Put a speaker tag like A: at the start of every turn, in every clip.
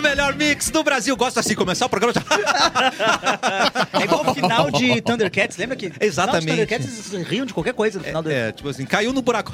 A: melhor mix do Brasil. Gosta assim, começar o programa já.
B: É igual o final de Thundercats, lembra que? no final de
A: Exatamente.
B: Thundercats eles riam de qualquer coisa no final do.
A: É, tipo assim, caiu no buraco.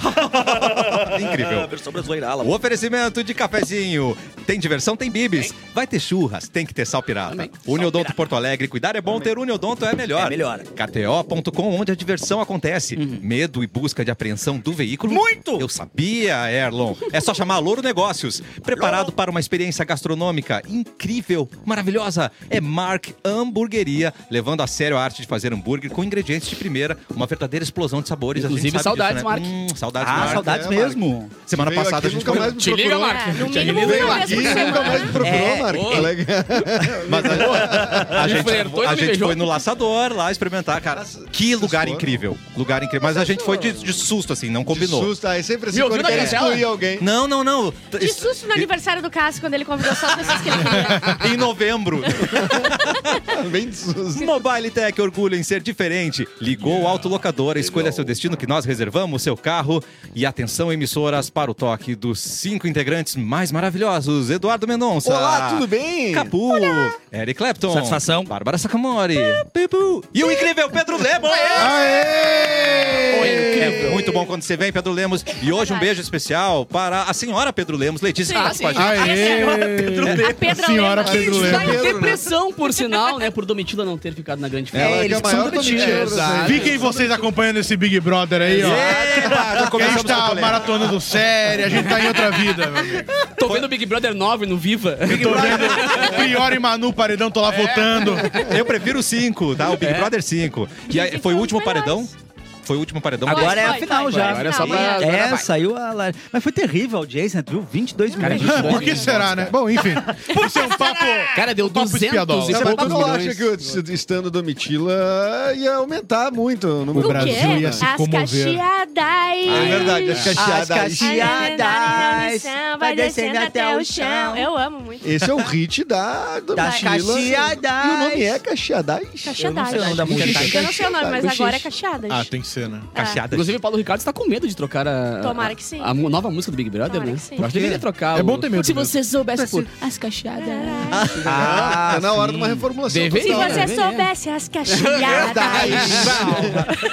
A: Incrível.
C: É, Versão brasileira, ala.
A: O oferecimento de cafezinho. Tem diversão, tem bibis. Vai ter churras, tem que ter sal pirata. Uniodonto Porto Alegre, cuidar é bom, ter Uniodonto é melhor.
C: É melhor.
A: KTO.com, onde a diversão acontece. Medo e busca de apreensão do veículo.
C: Muito!
A: Eu sabia, Erlon. É só chamar Louro Negócios. Preparado para uma experiência gastronômica incrível, maravilhosa. É Mark Hamburgueria, levando a sério a arte de fazer hambúrguer com ingredientes de primeira. Uma verdadeira explosão de sabores. A gente
D: Inclusive,
A: sabe
D: saudades,
A: disso, né?
D: Mark.
A: Hum, saudades,
B: Ah,
A: Mark.
B: saudades
E: é,
B: mesmo.
A: Semana
E: Veio aqui,
A: passada a gente
E: nunca mais me
D: Te liga,
E: procurou.
D: Mark.
F: É, no
D: Te
F: mínimo
D: liga.
E: Veio
F: uma vez
E: aqui
F: por
E: e nunca mais me
F: semana.
E: procurou,
B: É,
E: Mark.
D: ô.
E: Colega.
A: Mas a, a
D: Me
A: gente,
D: flertou e
A: a
D: me
A: gente
D: beijou.
A: foi no laçador lá experimentar, cara. Que lugar
E: foram?
A: incrível. Lugar incrível. Mas a gente foi de, de susto, assim, não combinou.
E: De susto, aí sempre assim,
D: Viu,
E: quando
D: viu na
E: quer
D: janela?
E: excluir alguém.
A: Não, não, não. T-
F: De susto no aniversário do Cássio, quando ele convidou só as pessoas que ele queria.
A: Em novembro.
E: Bem de susto.
A: Mobile Tech, orgulho em ser diferente. Ligou o autolocadora, escolha seu destino que nós reservamos, seu carro. E atenção, emissoras, para o toque dos cinco integrantes mais maravilhosos. Eduardo Mendonça.
E: Olá, tudo bem?
A: Capu, Eric Clapton.
C: Satisfação.
A: Bárbara Sacamore. E o incrível Pedro Lemos. É muito bom quando você vem, Pedro Lemos. E hoje um
F: Verdade.
A: beijo especial para a senhora Pedro Lemos, Letícia, que
D: Ah,
A: participa
D: sim.
A: com a gente.
F: assim, A Pedro
E: Senhora
F: Lemos.
E: Pedro
D: Está em
E: Lemos.
D: depressão, por sinal, né? Por Domitila não ter ficado na grande final.
E: Ela que é a maior
D: Exato.
E: domitila.
G: Fiquem vocês acompanhando esse Big Brother aí, ó.
B: É,
A: Eba, já
G: Que a
A: começamos
G: gente
A: com
G: tá
A: polêmica.
G: maratonando série, a gente tá em outra vida, meu amigo.
D: Tô vendo o Big Brother 9 no Viva.
G: Tô vendo Prior e Manu Paredão, tô lá votando.
A: Eu prefiro o 5, tá? O Big
B: É.
A: Brother 5. E aí,
F: Dizem
A: foi o
F: que
A: último
F: são os
A: paredão?
F: melhores.
A: Foi o último paredão?
F: então Foi,
B: Agora é a
F: foi,
B: final
F: foi,
B: já.
F: foi a
D: Agora é só
F: final,
D: pra-
F: já.
D: agora
B: É,
D: vai.
B: saiu a. lar- Mas foi terrível a audiência, né? viu? 22 milhões.
A: é
G: Por que será, né? Bom, enfim. Isso é um papo.
D: Cara, deu
G: Papo
D: 200
G: espiadola.
D: e
E: Você
D: poucos
E: mas não acha
D: milhões.
E: que o- estando domitila ia aumentar muito o
F: O
E: número
F: quê?
G: Brasil ia se
F: as
G: comover.
F: cacheadas.
E: É verdade, as
B: As
E: cacheadas.
B: cacheadas.
F: Vai descendo até o chão. Eu amo muito.
E: Esse é o hit da
B: Das
E: domitila. E
B: cacheadas.
E: o nome é Cacheadais?
F: Cacheadas.
B: Eu não sei o nome da música.
F: Eu não sei o nome, mas agora é cacheadas.
G: Ah, tem que ser, né?
A: Cacheada.
D: Inclusive, o Paulo Ricardo está com medo de trocar a,
F: Tomara que sim.
D: a mu- nova música do Big Brother,
F: Tomara
D: né?
F: que sim.
D: Eu acho que deveria trocar.
G: É
D: o-
G: bom ter medo
D: Se
G: mesmo.
D: você soubesse por as cacheadas.
E: Ah, tá na hora de uma reformulação.
D: Deveria.
F: Se
E: total, né?
D: Olha,
F: você é
D: vem,
F: soubesse as cacheadas.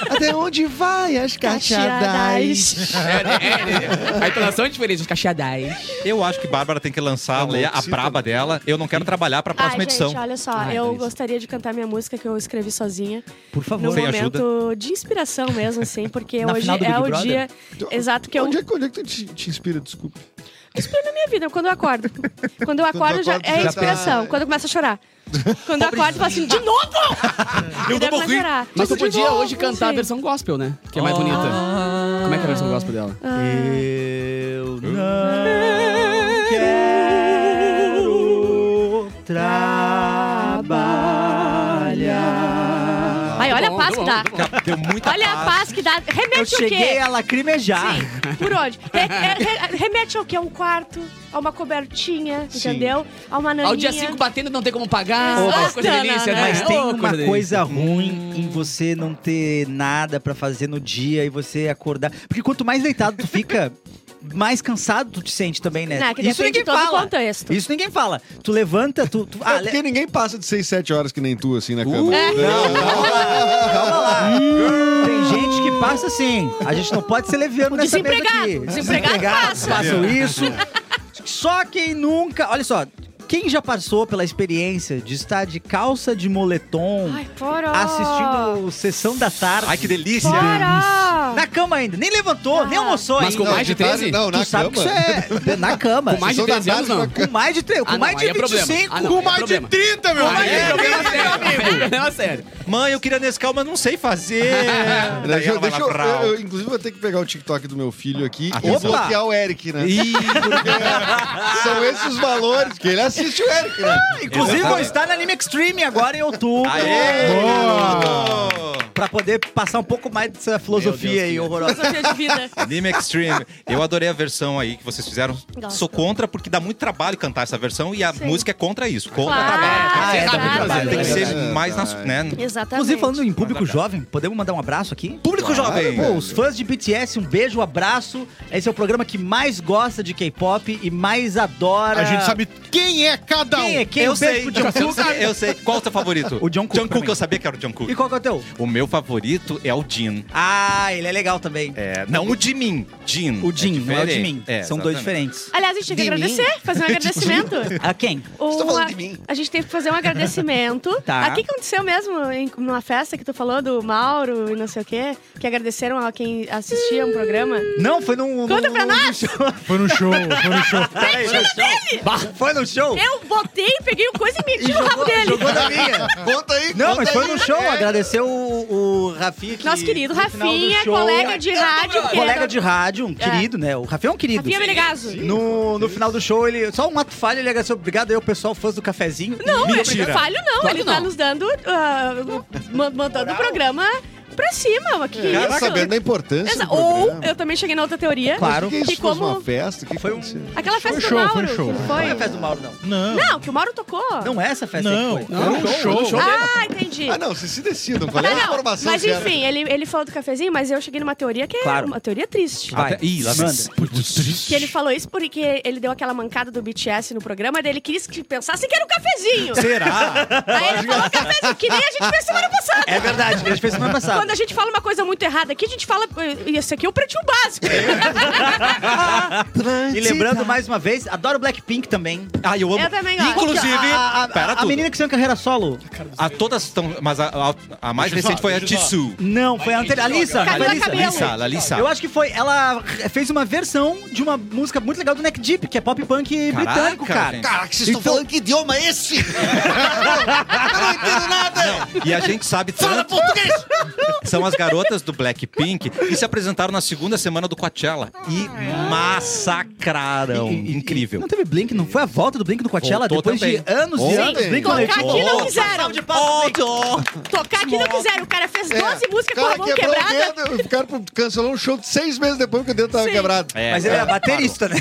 E: Até onde vai as cacheadais?
D: É, é, é. A entonação é diferente, as cacheadas.
A: Eu acho que Bárbara tem que lançar a, a
E: Calopsita.
A: braba dela. Eu não quero trabalhar pra
F: Ai,
A: próxima edição.
F: gente, olha só,
D: Ai,
F: eu
D: Thaís.
F: gostaria de cantar minha música que eu escrevi sozinha.
B: Por
F: Num
B: favor.
A: Sem
F: momento de inspiração mesmo, assim, porque
B: Na
F: hoje
B: final do
F: é
B: Big
F: o dia
B: Brother?
F: exato que eu
E: Onde é, que- onde é que tu te, te inspira, desculpa?
F: Inspira na minha vida, quando eu acordo. Quando eu acordo, já
E: acorda,
F: é
E: já
F: inspiração.
E: tá-
F: Quando eu começo a chorar. Quando eu acordo, eu falo assim, de novo! Eu
A: vou morrer.
D: Mas tu
F: eu
D: podia hoje cantar a versão gospel, né? Que é mais bonita. Como é que era a versão gospel dela?
B: Eu não quero trabalhar.
F: Ai, olha a
D: bom,
F: paz
D: tá
F: que
D: bom, tá
F: dá.
A: Deu muita
F: Olha a paz que dá.
B: Eu
F: Remete o
B: cheguei
F: quê?
B: a lacrimejar.
F: Por onde? Re- é- re- remete ao quê? A um quarto, a uma cobertinha, entendeu? A uma naninha.
D: Ao dia 5 batendo e não tem como pagar.
B: Ô,
D: Ô,
B: mas-
D: coisa delícia, né?
B: Mas tem
D: Ô,
B: uma
D: delícia.
B: coisa ruim em você não ter nada pra fazer no dia e você acordar. Porque quanto mais deitado tu fica, mais cansado tu te sente também, né?
F: Não, é que depende de todo o contexto.
B: Isso ninguém fala. Tu levanta, tu. tu- ah,
E: é porque ninguém passa de 6, 7 horas que nem tu, assim, na cama.
F: É.
B: Calma lá. Tem gente que passa assim. A gente não pode ser leviano
F: O
B: nessa mesa
F: desempregado.
B: aqui.
F: O desempregado
B: Desempregados passam isso. Só quem nunca... Olha só. Quem já passou pela experiência de estar de calça de moletom
F: Ai, poró.
B: assistindo Sessão da Tarde
A: Ai, que delícia.
F: Poró.
B: na cama ainda? Nem levantou, nem
F: Ah.
B: almoçou
D: Mas
B: ainda.
D: com mais de
E: tarde,
D: 13?
E: Não,
B: Tu
E: na
B: sabe
E: cama.
B: que isso é... Na cama.
D: Com mais de
E: Sessão da
D: 13 anos,
E: tarde,
D: não.
B: Com mais de, tre- com
D: Ah,
B: mais
D: não,
B: de
D: aí é problema.
B: 25.
D: Ah, não,
G: Com
D: aí é
G: mais de
D: problema.
G: 30, meu
D: Aí é
G: amigo.
D: problema sério. É problema sério.
A: Mãe, eu queria nesse calma, não sei fazer. Daí
E: Deixa,
A: ela
E: eu-
A: vai
E: deixa
A: lá,
E: eu,
A: brau.
E: eu- eu, inclusive, vou ter que pegar o TikTok do meu filho aqui e
A: Atenção.
E: bloquear o Eric, né?
A: Ih,
E: São esses os valores que ele assiste o Eric, né?
B: Inclusive, vou estar na Anime Extreme agora em outubro.
A: aê!
G: Boa.
B: Pra poder passar um pouco mais dessa filosofia aí horrorosa.
F: Filosofia de vida.
A: Anime Extreme. Eu adorei a versão aí que vocês fizeram.
F: Gosto.
A: Sou contra, porque dá muito trabalho cantar essa versão e a
F: Sim.
A: música é contra isso. Contra
F: Claro,
A: trabalho.
B: Ah, é,
F: claro.
B: dá pra fazer,
A: Tem que
B: é
A: ser
E: verdade.
A: mais nas, né?
F: Exatamente.
B: Inclusive, falando em público jovem, podemos mandar um abraço aqui?
A: Público jovem!
B: Pô, os fãs de BTS, um beijo, um abraço. Esse é o programa que mais gosta de K-pop e mais adora.
G: A gente sabe quem é cada um.
B: É. quem é quem.
A: eu
B: Um beijo
A: sei,
B: pro
A: eu
B: Jungkook.
A: sei, eu sei. Qual o seu favorito?
B: O Jungkook pra
A: Jungkook,
B: mim.
A: eu sabia que era o
B: E
A: Jungkook.
B: qual que é o teu?
A: O meu favorito é o Jin.
B: Ah, ele é legal também.
A: É, não o Jimin, Jin.
B: O Jin, não é o de
A: diferente.
B: mim.
A: É,
B: São dois
A: exatamente.
B: diferentes.
F: Aliás, a gente tem que
D: De mim?
F: agradecer, fazer um agradecimento.
B: A quem?
F: O-
E: tá falando
F: a,
E: de mim?
F: a gente teve que fazer um agradecimento.
B: Tá.
F: Ah, O que aconteceu mesmo em, numa festa que tu falou do Mauro e não sei o quê? Que agradeceram a quem assistia um programa?
B: Não, foi num.
F: Conta
B: num-
F: pra
B: num
F: nós!
B: show.
G: Foi no show, foi no show.
B: Peraí, foi no show. Bah, Foi no show?
F: Eu botei, peguei o coisa e meti no rabo
B: Jogou,
F: dele.
B: jogou na minha.
E: Conta aí,
B: Não,
E: conta
B: mas foi
E: aí.
B: no show.
E: É.
B: Agradeceu o, o Rafinha. Que
F: Nosso querido
B: no final do
F: Rafinha,
B: show-
F: colega de rádio. que
B: Colega
F: era-
B: de rádio, um querido, né? O Rafinha é um querido.
F: Rafinha Menegaso.
B: No, no final do show, ele. Só um ato falho, ele agradeceu. Obrigado aí, o pessoal, fãs do cafezinho.
F: Não,
A: Mentira.
F: ele não falho, não.
D: Claro que
F: ele tá
D: não.
F: nos dando. ah, ma- mandando o programa pra cima. Mas que
E: É,
F: isso?
E: sabendo da importância
F: Exa-
E: do
F: Ou
E: programa.
F: eu também cheguei na outra teoria.
B: Claro.
E: O que é isso?
F: Que como-
E: Foi uma festa? O Que
B: Foi um-
E: aconteceu?
F: Aquela festa
G: show,
F: do
G: foi
F: Mauro.
G: show.
F: que
B: Não
F: Foi
B: é a festa do Mauro, não.
G: Não,
F: Não, que o Mauro tocou.
B: Não é essa festa
G: não.
B: aí que foi.
D: Não,
G: Foi um show,
D: show.
F: Ah, entendi.
E: Ah, não, vocês se decidam. Qual é
F: Ah,
E: a
F: não.
E: informação
F: Mas
E: certa?
F: enfim, ele, ele falou do cafezinho, mas eu cheguei numa teoria que é
B: Claro.
F: uma teoria triste.
B: Vai.
A: Até- Ih, lá vem.
B: Manda.
F: Que ele falou isso porque ele deu aquela mancada do BTS no programa, daí ele quis que pensasse que era um cafezinho.
A: Será?
F: Aí ele falou cafezinho, que nem a gente fez semana passada.
B: É verdade, a gente fez semana passada.
F: Quando a gente fala uma coisa muito errada aqui, a gente fala. "Eh, Isso aqui é o pretinho básico.
B: E lembrando mais uma vez, adoro Blackpink também.
A: Ah, eu amo.
F: Eu também gosto.
A: Inclusive,
B: a, a- a-
A: pera
B: a
A: tudo.
B: menina que saiu em carreira solo.
A: Ah, todas estão. Mas a, a- a mais
G: Deixa eu
A: recente
G: só,
A: foi a
G: deixa eu só.
A: Tissu.
B: Não, foi a anterior. A Lisa.
F: Cabelo
B: a
F: a
B: Lisa.
F: cabelo.
A: Lalissa, Lalissa.
B: Eu acho que foi. Ela fez uma versão de uma música muito legal do Neck Deep, que é pop punk
A: Caraca,
B: britânico, cara.
A: gente.
E: Caraca, vocês
G: Então-
E: estão falando que idioma é esse? eu não entendo nada.
A: E a gente sabe
E: Fala
A: tanto.
E: português.
A: São as garotas do Blackpink e se apresentaram na segunda semana do Coachella. E massacraram.
B: Ah, é. E- e-
A: Incrível.
B: Não teve Blink, não foi a volta do Blink no Coachella
A: Voltou
B: depois de
A: também.
B: anos e
E: Ontem.
B: anos. Blink
F: Assim, Tocar
B: Leite.
F: aqui não quiseram.
B: Salve de palmas, Blink.
F: Tocar aqui não quiseram. O cara fez 12
E: É,
F: músicas
E: o
F: com
E: cara
F: a mão
E: quebrou
F: quebrada.
E: O dedo, o cara cancelou um show de seis meses depois que o dedo tava
F: Sim.
E: quebrado.
A: É,
B: Mas ele
A: é,
B: era baterista, né?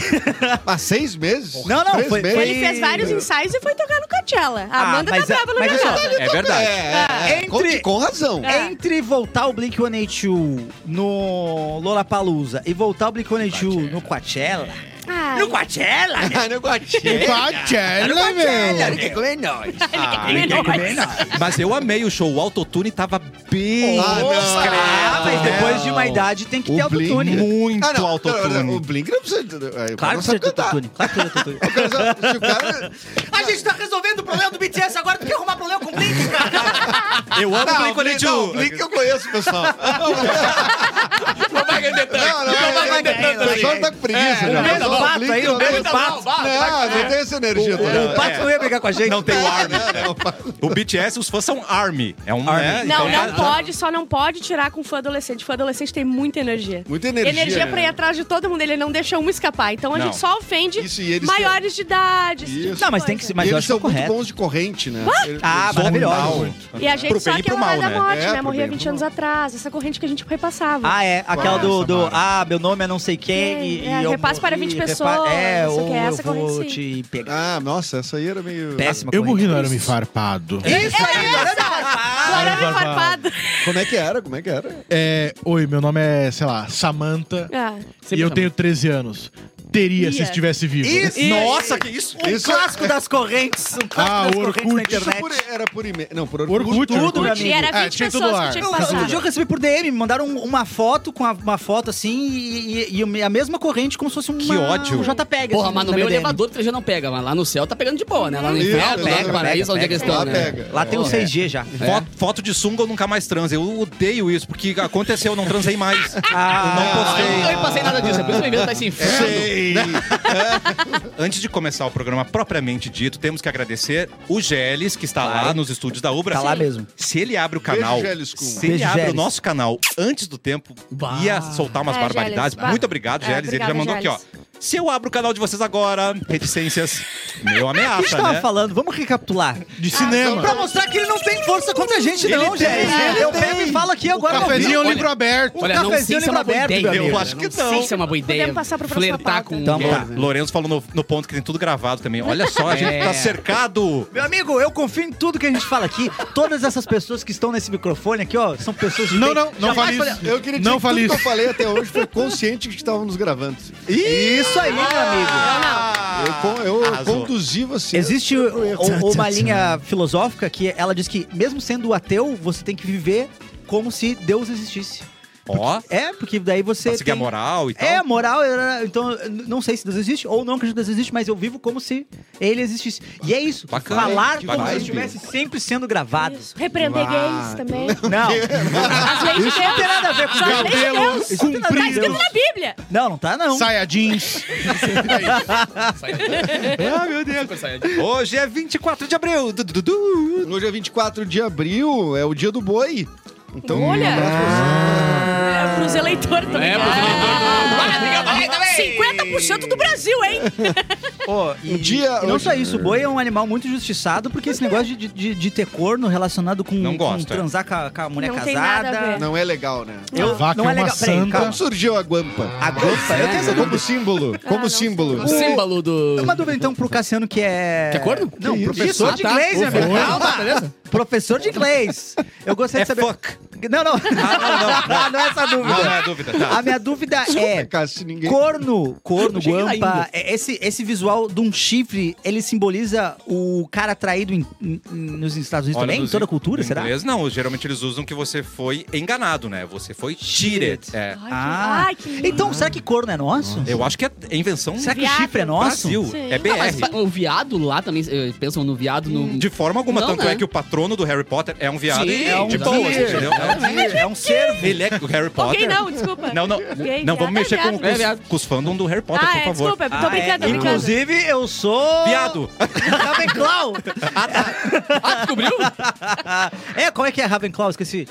E: Há seis meses?
B: Não, não,
E: Três
B: foi-
E: meses?
B: foi-
F: Ele fez vários ensaios e foi tocar no Coachella. A Amanda
B: mas
F: tá
B: é-
F: brava no
B: mas
F: meu
B: olha
F: lado.
A: É verdade.
F: Ah,
E: É, é,
B: Entre-
E: com, com razão.
F: É.
B: Entre voltar o Blink 182 no Lollapalooza e voltar o Blink 182 no Coachella.
F: Ah,
B: Coachella?
E: Ah, não
F: É.
E: gostei.
G: Coachella, meu.
B: quer comer nós.
A: Ah,
F: ele quer comer nós.
A: Mas eu amei o show. O autotune tava bem.
E: Ah, não.
B: Ah, mas
F: é
B: depois de uma idade tem que
E: O
B: ter
E: Blink.
B: autotune.
A: Muito
E: Ah, não, não, não, o
A: autotune.
E: Blink não precisa. é, o cara
B: Claro
E: não
B: que você
E: sabe
B: tem
E: cantar.
B: autotune. Claro que tem autotune.
E: O cara só- Se o cara.
B: A gente tá resolvendo o problema do BTS agora, tu quer arrumar problema com o Blink, cara?
A: Eu amo
E: Ah, Não,
A: o Blink
E: não, o
A: 182.
E: Blink eu conheço, pessoal.
D: Não vai vender tanto.
E: Não, não, é,
B: vai
E: é,
B: ganhar,
E: o pessoal tá com preguiça. já.
B: o mesmo
E: Pessoal, o
B: pato
E: Blink
B: aí, o
E: não-
B: mesmo pato.
E: Não, não tem essa energia toda. É,
B: O Pato não ia brigar com a gente.
A: Não tem o Army.
E: Não, né? não, não.
A: O BTS, os fãs são Army. É um.
B: Army.
A: né?
F: Não,
A: Então,
F: não
A: tá-
F: pode, só não pode tirar com fã adolescente. Fã adolescente tem muita energia.
E: Muita energia.
F: Energia
E: né?
F: pra ir atrás de todo mundo, ele não deixa um escapar. Então a
A: Não.
F: gente só ofende
E: Isso, e eles
F: maiores de idade. esse tipo
E: Isso.
F: de
B: Não, mas
F: coisa.
B: tem que ser. Mas eu
E: eles
B: acho
E: são muito
B: correto.
E: bons de corrente, né? Eles-
B: Ah,
E: eles são
B: maravilhosos.
E: muito.
F: E a gente
A: Pro
F: só
A: bem e pro
F: aquela
A: mal,
F: da
A: né?
F: morte,
E: É,
F: né?
E: pro
F: Morria
E: bem e pro
F: 20 anos atrás. Essa corrente que a gente repassava.
B: Ah, é. Aquela do,
G: Nossa,
B: do-
G: Mara.
B: Ah, meu nome é não sei quem.
F: Quem?
B: E, e
F: É,
B: eu
F: repasse para
B: morri,
F: 20
B: repa-
F: pessoas,
B: É,
F: não sei o
B: ou
F: que é, essa
B: eu vou
F: corrente,
B: te pegar.
E: Ah, nossa, essa aí era meio.
B: Péssima
G: Eu morri
B: corrente.
G: no arame farpado.
B: Isso
F: é
B: aí, Lorena Barbato.
F: Agora me farpado.
E: Como é que era? Como é que era?
G: É, oi, meu nome é, sei lá, Samantha.
F: Ah,
G: E eu tenho 13 anos. Teria se
F: Ia.
G: estivesse vivo.
B: Isso.
A: é. Nossa, que isso?
B: Um
E: Isso-
B: clássico das correntes. Um clássico
G: Ah,
B: das
G: o
B: correntes na
G: Orkut.
E: Isso
B: internet.
E: por, era por e-mail. Não, por
G: Orkut,
B: Tudo, meu
F: E
B: amigo.
F: era
G: Ah,
F: 20
G: tinha tudo
F: pessoas
G: lá.
F: que tinha
B: Eu,
F: que
B: outro
F: passar.
B: dia eu recebi por DM, me mandaram um- uma foto com a- uma foto assim e, e- e a mesma corrente como se fosse uma,
A: Que ódio.
B: um JPEG.
D: Porra,
B: assim,
D: mas no
B: na
D: meu
B: DM.
D: elevador já não pega, mas lá no céu tá pegando de boa, né? Lá no
E: Isso,
D: inferno, lá
E: pega,
D: no paraíso, onde é que
B: pega,
D: eles estão,
E: Lá
D: né?
E: pega.
B: Lá tem o
E: É.
B: 6G já.
A: Foto, foto de sunga eu nunca mais transo. Eu odeio isso, porque aconteceu, eu não transei mais.
B: Ah,
D: Eu nunca passei nada disso, é por isso que o evento tá se inferno.
E: Sei.
A: Antes de começar o programa propriamente dito, temos que agradecer o Geles, que está lá nos estúdios da Ubra.
B: Tá lá mesmo.
A: Se ele abre o canal,
E: Beijo, Geles Kuhn.
A: se ele
B: Beijo,
A: abre
B: Geles.
A: o nosso canal antes do tempo,
D: Bah.
A: ia soltar umas
F: É,
A: barbaridades.
F: Geles, bah.
A: Muito obrigado,
F: É,
A: Geles. ele já
F: obrigada,
A: mandou
F: Geles.
A: aqui, ó. Se eu abro o canal de vocês agora, reticências, meio
B: O que a gente
A: ameaça,
B: tava
A: né?
B: falando? Vamos recapitular.
G: De cinema.
B: Pra mostrar que ele não tem força contra a gente,
A: Ele
B: não,
A: tem,
B: gente.
A: ele
B: eu
A: tem.
B: pego e falo aqui agora. ao
G: Cafezinho é um
B: vivo.
G: livro aberto.
B: Olha, não sei se é uma boa ideia.
A: Eu acho que
D: Não
A: não.
D: sei se é uma boa
F: Podemos
D: ideia.
F: passar pra próxima
D: Flertar
F: pauta.
D: com
B: Então
D: mulheres,
B: tá.
D: né?
A: Lourenço falou no, no ponto que tem tudo gravado também. Olha só, a gente
D: É.
A: tá cercado.
B: Meu amigo, eu confio em tudo que a gente fala aqui. Todas essas pessoas que estão nesse microfone aqui, ó, são pessoas que
G: Não,
B: têm-
G: não, não
B: jamais
G: fale
B: falei-
G: isso.
C: Eu queria dizer
G: Não
C: que tudo
G: fale
C: que eu
G: isso.
C: falei até hoje foi consciente que estávamos gravando.
B: Isso aí, meu
A: Ah,
B: amigo.
C: Eu, con- eu
A: Arrasou.
C: conduzi você.
B: Existe o- o-
C: Tchá,
B: uma
C: tchá,
B: linha filosófica que ela diz que, mesmo sendo ateu, você tem que viver como se Deus existisse.
A: Ó,
B: É, porque daí você.
A: pra seguir a
B: tem-
A: moral e tal.
B: É, moral, era- então eu n- não sei se Deus existe ou não acredito que Deus existe, mas eu vivo como se ele existisse. E é isso.
A: Bacana,
B: Falar
A: hein?
B: como
A: Vibe.
B: se estivesse sempre sendo gravado.
F: Isso. Repreender gays também.
B: Não.
F: As leis de
B: Não tem
F: Deus.
B: nada a ver com
F: Só
B: Deus.
F: leis de Deus.
B: Isso não tem nada a
F: Tá
B: ver com
F: escrito
B: Deus.
F: na Bíblia.
B: Não, não tá, não.
G: Saia jeans.
D: Ah, meu Deus. Super Saiyajin.
A: Hoje é 24 de abril. Du, du, du, du.
C: Hoje é 24 de abril, é o dia do boi. Então,
F: Olha.
C: um abraço
F: É, pros eleitores também.
D: É, pros
F: Ah, 50% do Brasil, hein?
B: Ô, e,
C: Um dia-
B: e não
C: hoje-
B: só isso, o boi é um animal muito injustiçado, porque esse negócio de, de, de ter corno relacionado com,
A: Não gosto,
B: com transar com, a, com a mulher
F: Não tem nada a
B: casada.
C: pra você. Não é legal, né?
B: Eu,
G: Vaca
B: não
G: é
B: é
G: uma
B: legal. Peraí,
G: santa.
B: Ah. calma.
C: Como surgiu a guampa?
B: A grampa, eu tenho essa dúvida.
C: Como símbolo.
F: Ah,
C: Como
F: não
C: símbolo.
D: O símbolo do...
B: Uma dúvida então pro Cassiano que é.
D: Que é corno?
B: Não,
D: Que isso?
B: professor
D: Ah,
B: de
D: tá.
B: inglês, meu
D: Ufa.
B: amigo.
D: Ah, tá,
B: Calma.
D: beleza.
B: Professor de inglês. Eu gostaria
A: É
B: de saber.
A: fuck. Ah,
B: Não, não.
A: não,
B: não, é essa a
A: Não, não
B: dúvida.
A: é dúvida. Tá.
B: A minha dúvida
C: É,
B: é.
C: cara, se ninguém...
B: Corno, corno,
D: Eu cheguei lá
B: guampa,
D: ainda.
B: é- esse, esse visual de um chifre, ele simboliza o cara traído em- em- em- nos Estados Unidos
A: Olha,
B: também? Em
A: dos-
B: toda a cultura,
A: do
B: será?
A: Inglês, não, geralmente eles usam que você foi enganado, né? Você foi cheated.
B: Cheated.
A: É.
F: Ai, que-
B: Ah.
F: Ai, que lindo.
B: Então, será que corno é nosso?
A: Eu acho que é é invenção
B: Será que
F: Viado.
B: chifre é
A: do
B: nosso?
A: Brasil.
F: Sim.
A: É
D: Ah, mas
A: BR.
D: o viado lá também, eh, pensam no viado no...
A: De forma alguma,
D: Não,
A: tanto
D: né?
A: é que o patrono do Harry Potter é um viado
D: Sim,
A: e
D: é um
A: de boa,
D: deer.
A: entendeu? É um deer.
B: É um servo.
A: Ele é o Harry Potter.
F: Ok, não, desculpa.
A: Não, não.
F: Gay,
A: não
F: viado,
A: vamos mexer com,
F: viado.
A: com, os, com os fandom do Harry Potter,
F: Ah,
A: por
F: é,
A: favor.
F: desculpa. Tô
B: Ah, é.
F: brincando, tô brincando.
B: Inclusive, eu sou.
A: Viado!
B: Ravenclaw!
D: Ah, descobriu?
B: é, qual é que é Ravenclaw? Esqueci.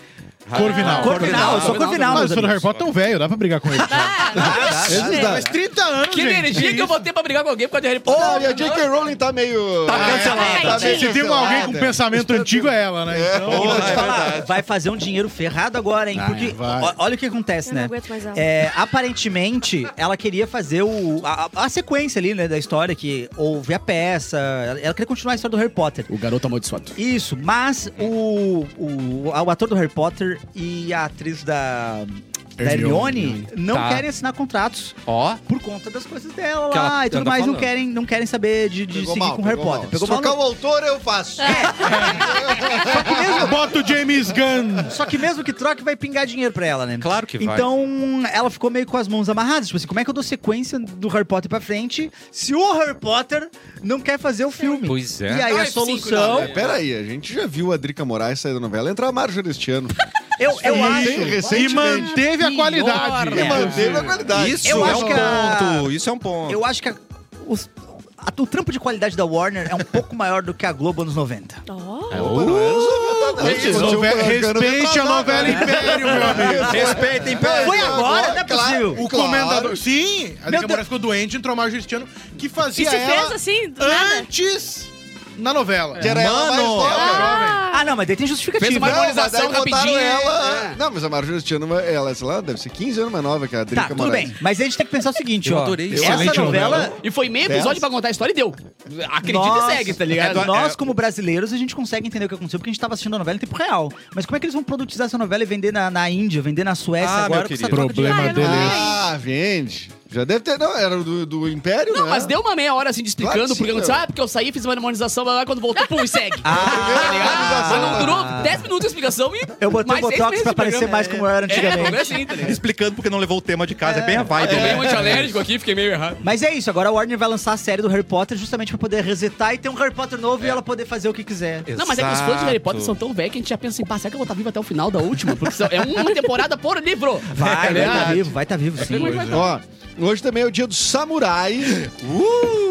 A: Ah,
G: Corvinal.
B: Corvinal, eu sou Corvinal,
G: Mas
B: meus
G: se for no Harry
B: amigos.
G: Potter, é tão velho, dá pra brigar com ele.
F: Ah, não,
C: Eles
F: gente.
C: dá.
G: Faz 30 anos,
D: Que
G: gente.
D: energia que eu botei pra brigar com alguém por causa de Harry
C: Não, e a
D: Potter.
C: J.K. Rowling tá meio...
F: É.
A: Tá cancelada.
C: meio
G: Se tem um- alguém com
C: cancelada.
G: pensamento antigo, é ela, né? Então,
B: Eu vou
A: Porra,
B: te
A: é
B: falar,
A: verdade.
B: vai fazer um dinheiro ferrado agora, hein? Porque
C: vai.
B: o- olha o que acontece,
F: Eu não
B: né?
F: aguento mais ela.
B: É, aparentemente, ela queria fazer o, a, a- a sequência ali, né, da história que houve a peça. Ela, ela queria continuar a história do Harry Potter.
D: O garoto amaldiçoado.
B: Isso, mas o, o, o ator do Harry Potter e a atriz da, da
D: Hermione.
B: Hermione não
A: Tá.
B: querem assinar contratos
A: Ó,
B: por conta das coisas dela
A: Que
B: lá
A: ela
B: e tudo
A: anda
B: mais. Não
A: falando.
B: querem, não querem saber de, de
C: Pegou
B: seguir
C: mal,
B: com o Harry
C: pegou mal.
B: Potter.
C: Se
B: mal
C: trocar
B: no-
C: o autor, eu faço.
G: Bota o James Gunn.
B: Só que mesmo que troque, vai pingar dinheiro pra ela, né?
A: claro que vai.
B: Então, ela ficou meio com as mãos amarradas. Tipo assim, como é que eu dou sequência do Harry Potter pra frente se o Harry Potter não quer fazer o filme?
A: Pois
B: E
A: é.
B: aí, a
D: Ai,
B: solução...
C: É, peraí, a gente já viu a Drica Moraes sair da novela entrar a Marjorie este ano.
B: Eu, eu acho...
G: E
C: recentemente.
G: manteve a qualidade. né?
C: E manteve a qualidade.
A: Isso
B: Eu
A: é
B: acho
A: um
B: que a-
A: ponto. Isso é um ponto.
B: Eu acho que a- os- a- o trampo de qualidade da Warner é um pouco maior do que a Globo nos 90.
F: Ó,
C: Pelo menos a novela-
G: Antes,
C: Aconteceu
G: nove-
C: com o Arcano
G: Respeite a
C: Retrasado,
G: novela
C: né?
G: Império, meu amigo.
A: Respeitem, pelo
B: Foi agora? Não é
C: Claro,
B: possível.
G: O
C: claro.
G: comendador. Sim, a
B: Deus.
G: Débora ficou doente, entrou mais Cristiano, que
F: E
G: fazia
F: se fez
G: ela
F: assim, do nada?
G: antes na novela.
C: Que era ela mais
A: Mano.
C: nova.
B: Ah, não, mas daí tem justificativa.
D: Fez uma
C: Não, mas
D: harmonização
C: daí botaram
D: rapidinha.
C: Ela...
D: É.
C: Não, mas a Marjorie Tiano, ela, sei lá, deve ser 15 anos mais nova que a Drica
B: Tá, tudo
C: Moraes.
B: bem. Mas aí a gente tem que pensar o seguinte,
A: Eu
B: ó.
A: adorei isso.
B: Essa
G: Excelente
B: novela...
G: novela.
D: E foi meio
C: Dessa?
D: episódio pra contar a história e deu. Acredita
B: Nossa,
D: e segue, tá ligado?
B: é, nós, como brasileiros, a gente consegue entender o que aconteceu, porque a gente tava assistindo a novela em tempo real. Mas como é que eles vão produtizar essa novela e vender na, na Índia, vender na Suécia
A: Ah,
B: agora?
A: meu
B: com essa
A: querido.
B: troca de-
F: Ah, eu
G: é
F: não sei.
C: Ah, vende. Já deve ter. Não, era do, do Império,
B: É.
D: Não,
C: né?
D: mas deu uma meia hora assim de explicando,
C: Claro que
D: porque
C: sim,
D: eu disse,
C: meu.
D: ah, porque eu saí, fiz uma harmonização, blá, blá, quando voltou, pum, e segue. tá
C: Ah.
D: ligado? Mas não durou 10 minutos a explicação e.
B: Eu botei o
D: mais seis
B: Botox
D: meses
B: pra
D: de
B: parecer
D: programa.
B: mais como eu era
D: É,
B: antigamente.
D: é assim, tá ligado?
A: Explicando porque não levou o tema de casa. É, bem a vibe,
D: Eu
A: né?
D: meio antialérgico aqui, fiquei meio errado.
B: Mas é isso, agora a Warner vai lançar a série do Harry Potter justamente pra poder resetar e ter um Harry Potter novo e ela poder fazer o que quiser.
D: Não, mas é que os fãs de Harry Potter são tão velhos que a gente já pensa assim, pá, será que eu vou estar vivo até o final da última? Porque são- é uma temporada por livro.
B: Vai, vai
D: É
B: tá
D: verdade.
B: vivo, vai tá vivo, sim.
C: Ó, Hoje também é o dia do samurai.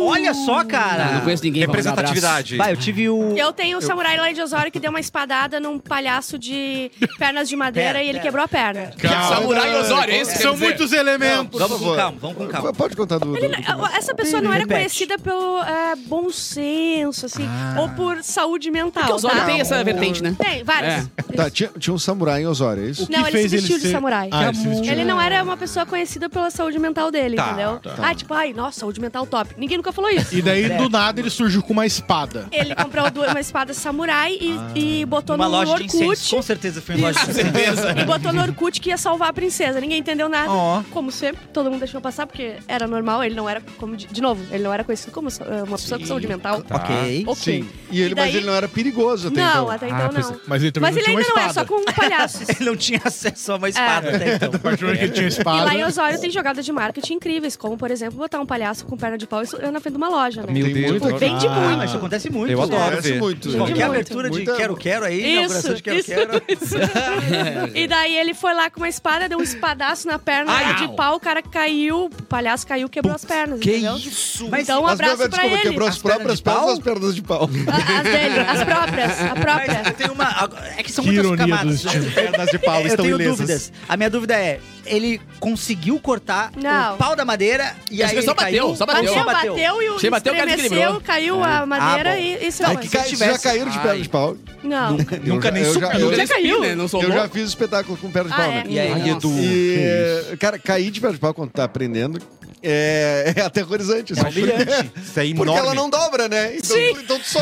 B: Olha só, cara.
D: Não conheço ninguém. pra mandar abraço.
A: Representatividade.
B: Vai, eu tive o.
F: Eu tenho o samurai lá de Osório que deu uma espadada num palhaço de pernas de madeira
B: Pera,
F: e ele
B: pera.
F: quebrou a perna.
G: Calma.
D: Samurai
A: é
D: Osório, esse
G: São muitos elementos.
B: Vamos com calma, vamos com calma.
C: Pode contar do. do- do começo.
F: Essa pessoa não era
B: Repete.
F: conhecida pelo é, bom senso, assim, ou por saúde mental.
D: Porque Osório
F: tá?
D: tem essa vertente, né?
F: Tem, várias.
C: Tá, tinha, tinha um samurai em Osório, é isso?
G: O
F: Não,
G: que
F: ele
G: fez
F: se vestiu de
G: ser-
F: samurai.
G: Ah, ele se vestiu.
F: Ele não era uma pessoa conhecida pela saúde mental dele,
A: Tá,
F: entendeu? Ah, tipo, ai, nossa, saúde mental top. Ninguém nunca falou isso.
G: E daí, do nada, ele surgiu com uma espada.
F: Ele comprou duas- uma espada samurai e, e botou
B: Ah. Uma
F: no
B: loja de incensos.
F: Orkut.
B: Com certeza foi uma loja de incensos.
F: E botou no Orkut que ia salvar a princesa. Ninguém entendeu nada.
A: Ó.
F: Como sempre, todo mundo deixou passar, porque era normal. Ele não era, como de, de novo, ele não era conhecido como sa- uma pessoa com saúde mental.
A: Tá.
B: Ok.
F: Ok.
C: Sim. E ele,
F: E daí-
C: mas ele não era perigoso até
F: não,
C: então.
F: até então
G: Ah, pois
F: não.
G: é. Mas ele também
F: Mas
G: não
F: ele
G: tinha uma
F: ainda não é,
G: espada.
F: só com palhaços.
B: Ele não tinha acesso
F: É.
B: a uma espada até então.
G: A partir do momento que ele tinha
F: E
G: espada.
F: lá em Osório tem jogadas de marketing incríveis, como, por exemplo, botar um palhaço com perna de pau e su- na frente de uma loja, né?
A: Meu
C: Tem
A: Deus.
C: muito aqui.
F: Vende
G: Ah.
B: Ah, mas isso acontece muito.
A: Eu adoro.
C: Parece
A: ver.
C: muito. né?
B: Qualquer
F: muito.
B: abertura de
C: Muita-
B: quero-quero aí, inauguração
F: Isso,
B: de quero-quero.
F: isso, isso. E daí ele foi lá com uma espada, deu um espadaço na perna
A: Ai,
F: de
A: au.
F: pau, o cara caiu, o palhaço caiu, quebrou as pernas, entendeu?
A: isso?
B: Mas-
F: Então um
C: As
F: abraço
C: minhas-
F: pra
C: desculpa,
F: ele.
C: quebrou as,
B: As pernas de
C: próprias
B: pau?
C: pernas, as pernas de pau.
F: A- As dele, as próprias, a
B: Mas eu
F: própria.
B: tenho uma. agora- É que são
G: Que
B: muitas
G: ironia
B: camadas. né?
G: do destino.
C: pernas de pau
B: Eu tenho dúvidas. A minha dúvida é: ele conseguiu cortar
F: Não.
B: o pau da madeira e
D: Acho
B: aí
D: que
B: ele
D: só
B: caiu?
D: bateu, só bateu.
B: Ou
F: Bateu, bateu e o
D: Você bateu, o cara
F: estremeceu,
D: desequilibrou.
F: caiu a madeira
B: Ah, bom.
F: e isso
B: Ai,
F: é
B: que
F: uma-
B: se
C: Vocês já
B: tivesse-
C: caíram de perna
D: Ai.
C: de pau?
F: Não.
A: Nunca nem
C: eu já-
A: subiu.
C: eu
D: Nunca
C: já-
D: caiu.
F: caiu.
D: Né? Não
C: Eu
D: soltou.
C: já fiz espetáculo com perna de
F: Ah,
C: pau,
F: é?
C: né?
B: E aí,
A: Ai, Edu.
C: E, cara, cair de perna de pau quando tá aprendendo é, é aterrorizante.
A: É
C: assim.
A: humilhante. Isso é
C: Porque
A: enorme.
C: ela não dobra, né? Então,
F: Sim.
C: então tu só.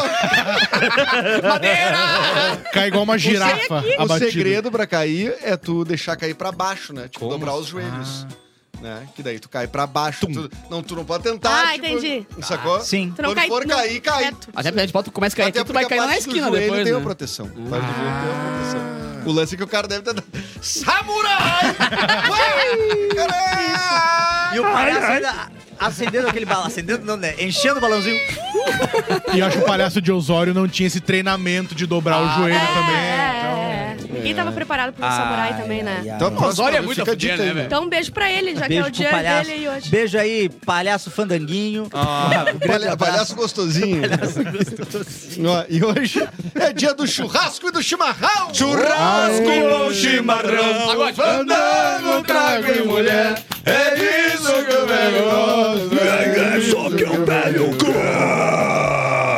G: Cai igual uma girafa.
C: O
G: abatida.
C: segredo pra cair é tu deixar cair pra baixo, né? Tipo,
A: Como?
C: dobrar os joelhos.
D: Ah.
C: Né? Que daí tu cai pra baixo. Tu, não, tu não pode tentar.
F: Ah,
C: tipo,
F: entendi.
C: Sacou?
B: Sim.
F: Tu não
C: Quando
F: cai-
C: for
F: não-
C: cair, cai.
F: reto.
D: Até porque de volta, tu começa a Ah, cair aqui, tu vai
C: porque
D: cair
C: a
D: lá na
C: parte do
D: esquina
C: joelho
D: depois,
C: tem um
D: né?
C: uma proteção. A parte do joelho tem uma proteção. O lance é que o cara deve estar.
D: Ah,
C: Samurai! Vai! Caralho!
B: E o palhaço ainda acendendo aquele balão. Acendendo, não, né? Enchendo o balãozinho.
G: E acho que o palhaço de Osório não tinha esse treinamento de dobrar o joelho também.
F: Ah,
G: então.
F: É, é, é. Ninguém tava preparado pro samurai também, né?
B: Ai, ai.
C: Então, a próxima
D: Osório é
C: vez
D: muito
C: fica a
D: a fuder,
C: dica aí,
D: né, velho?
F: Então um beijo pra ele,
B: Beijo
F: já que
B: pro
F: é o dia
B: palhaço.
F: dele e hoje.
B: Beijo aí, palhaço fandanguinho. Um grande
C: Palha-
B: abraço.
C: palhaço gostosinho. Ó, e hoje é dia do churrasco e do chimarrão.
G: Churrasco ou
C: chimarrão.
D: Agora,
C: Fandango, trago e mulher. É isso que eu pego. É isso que eu pego.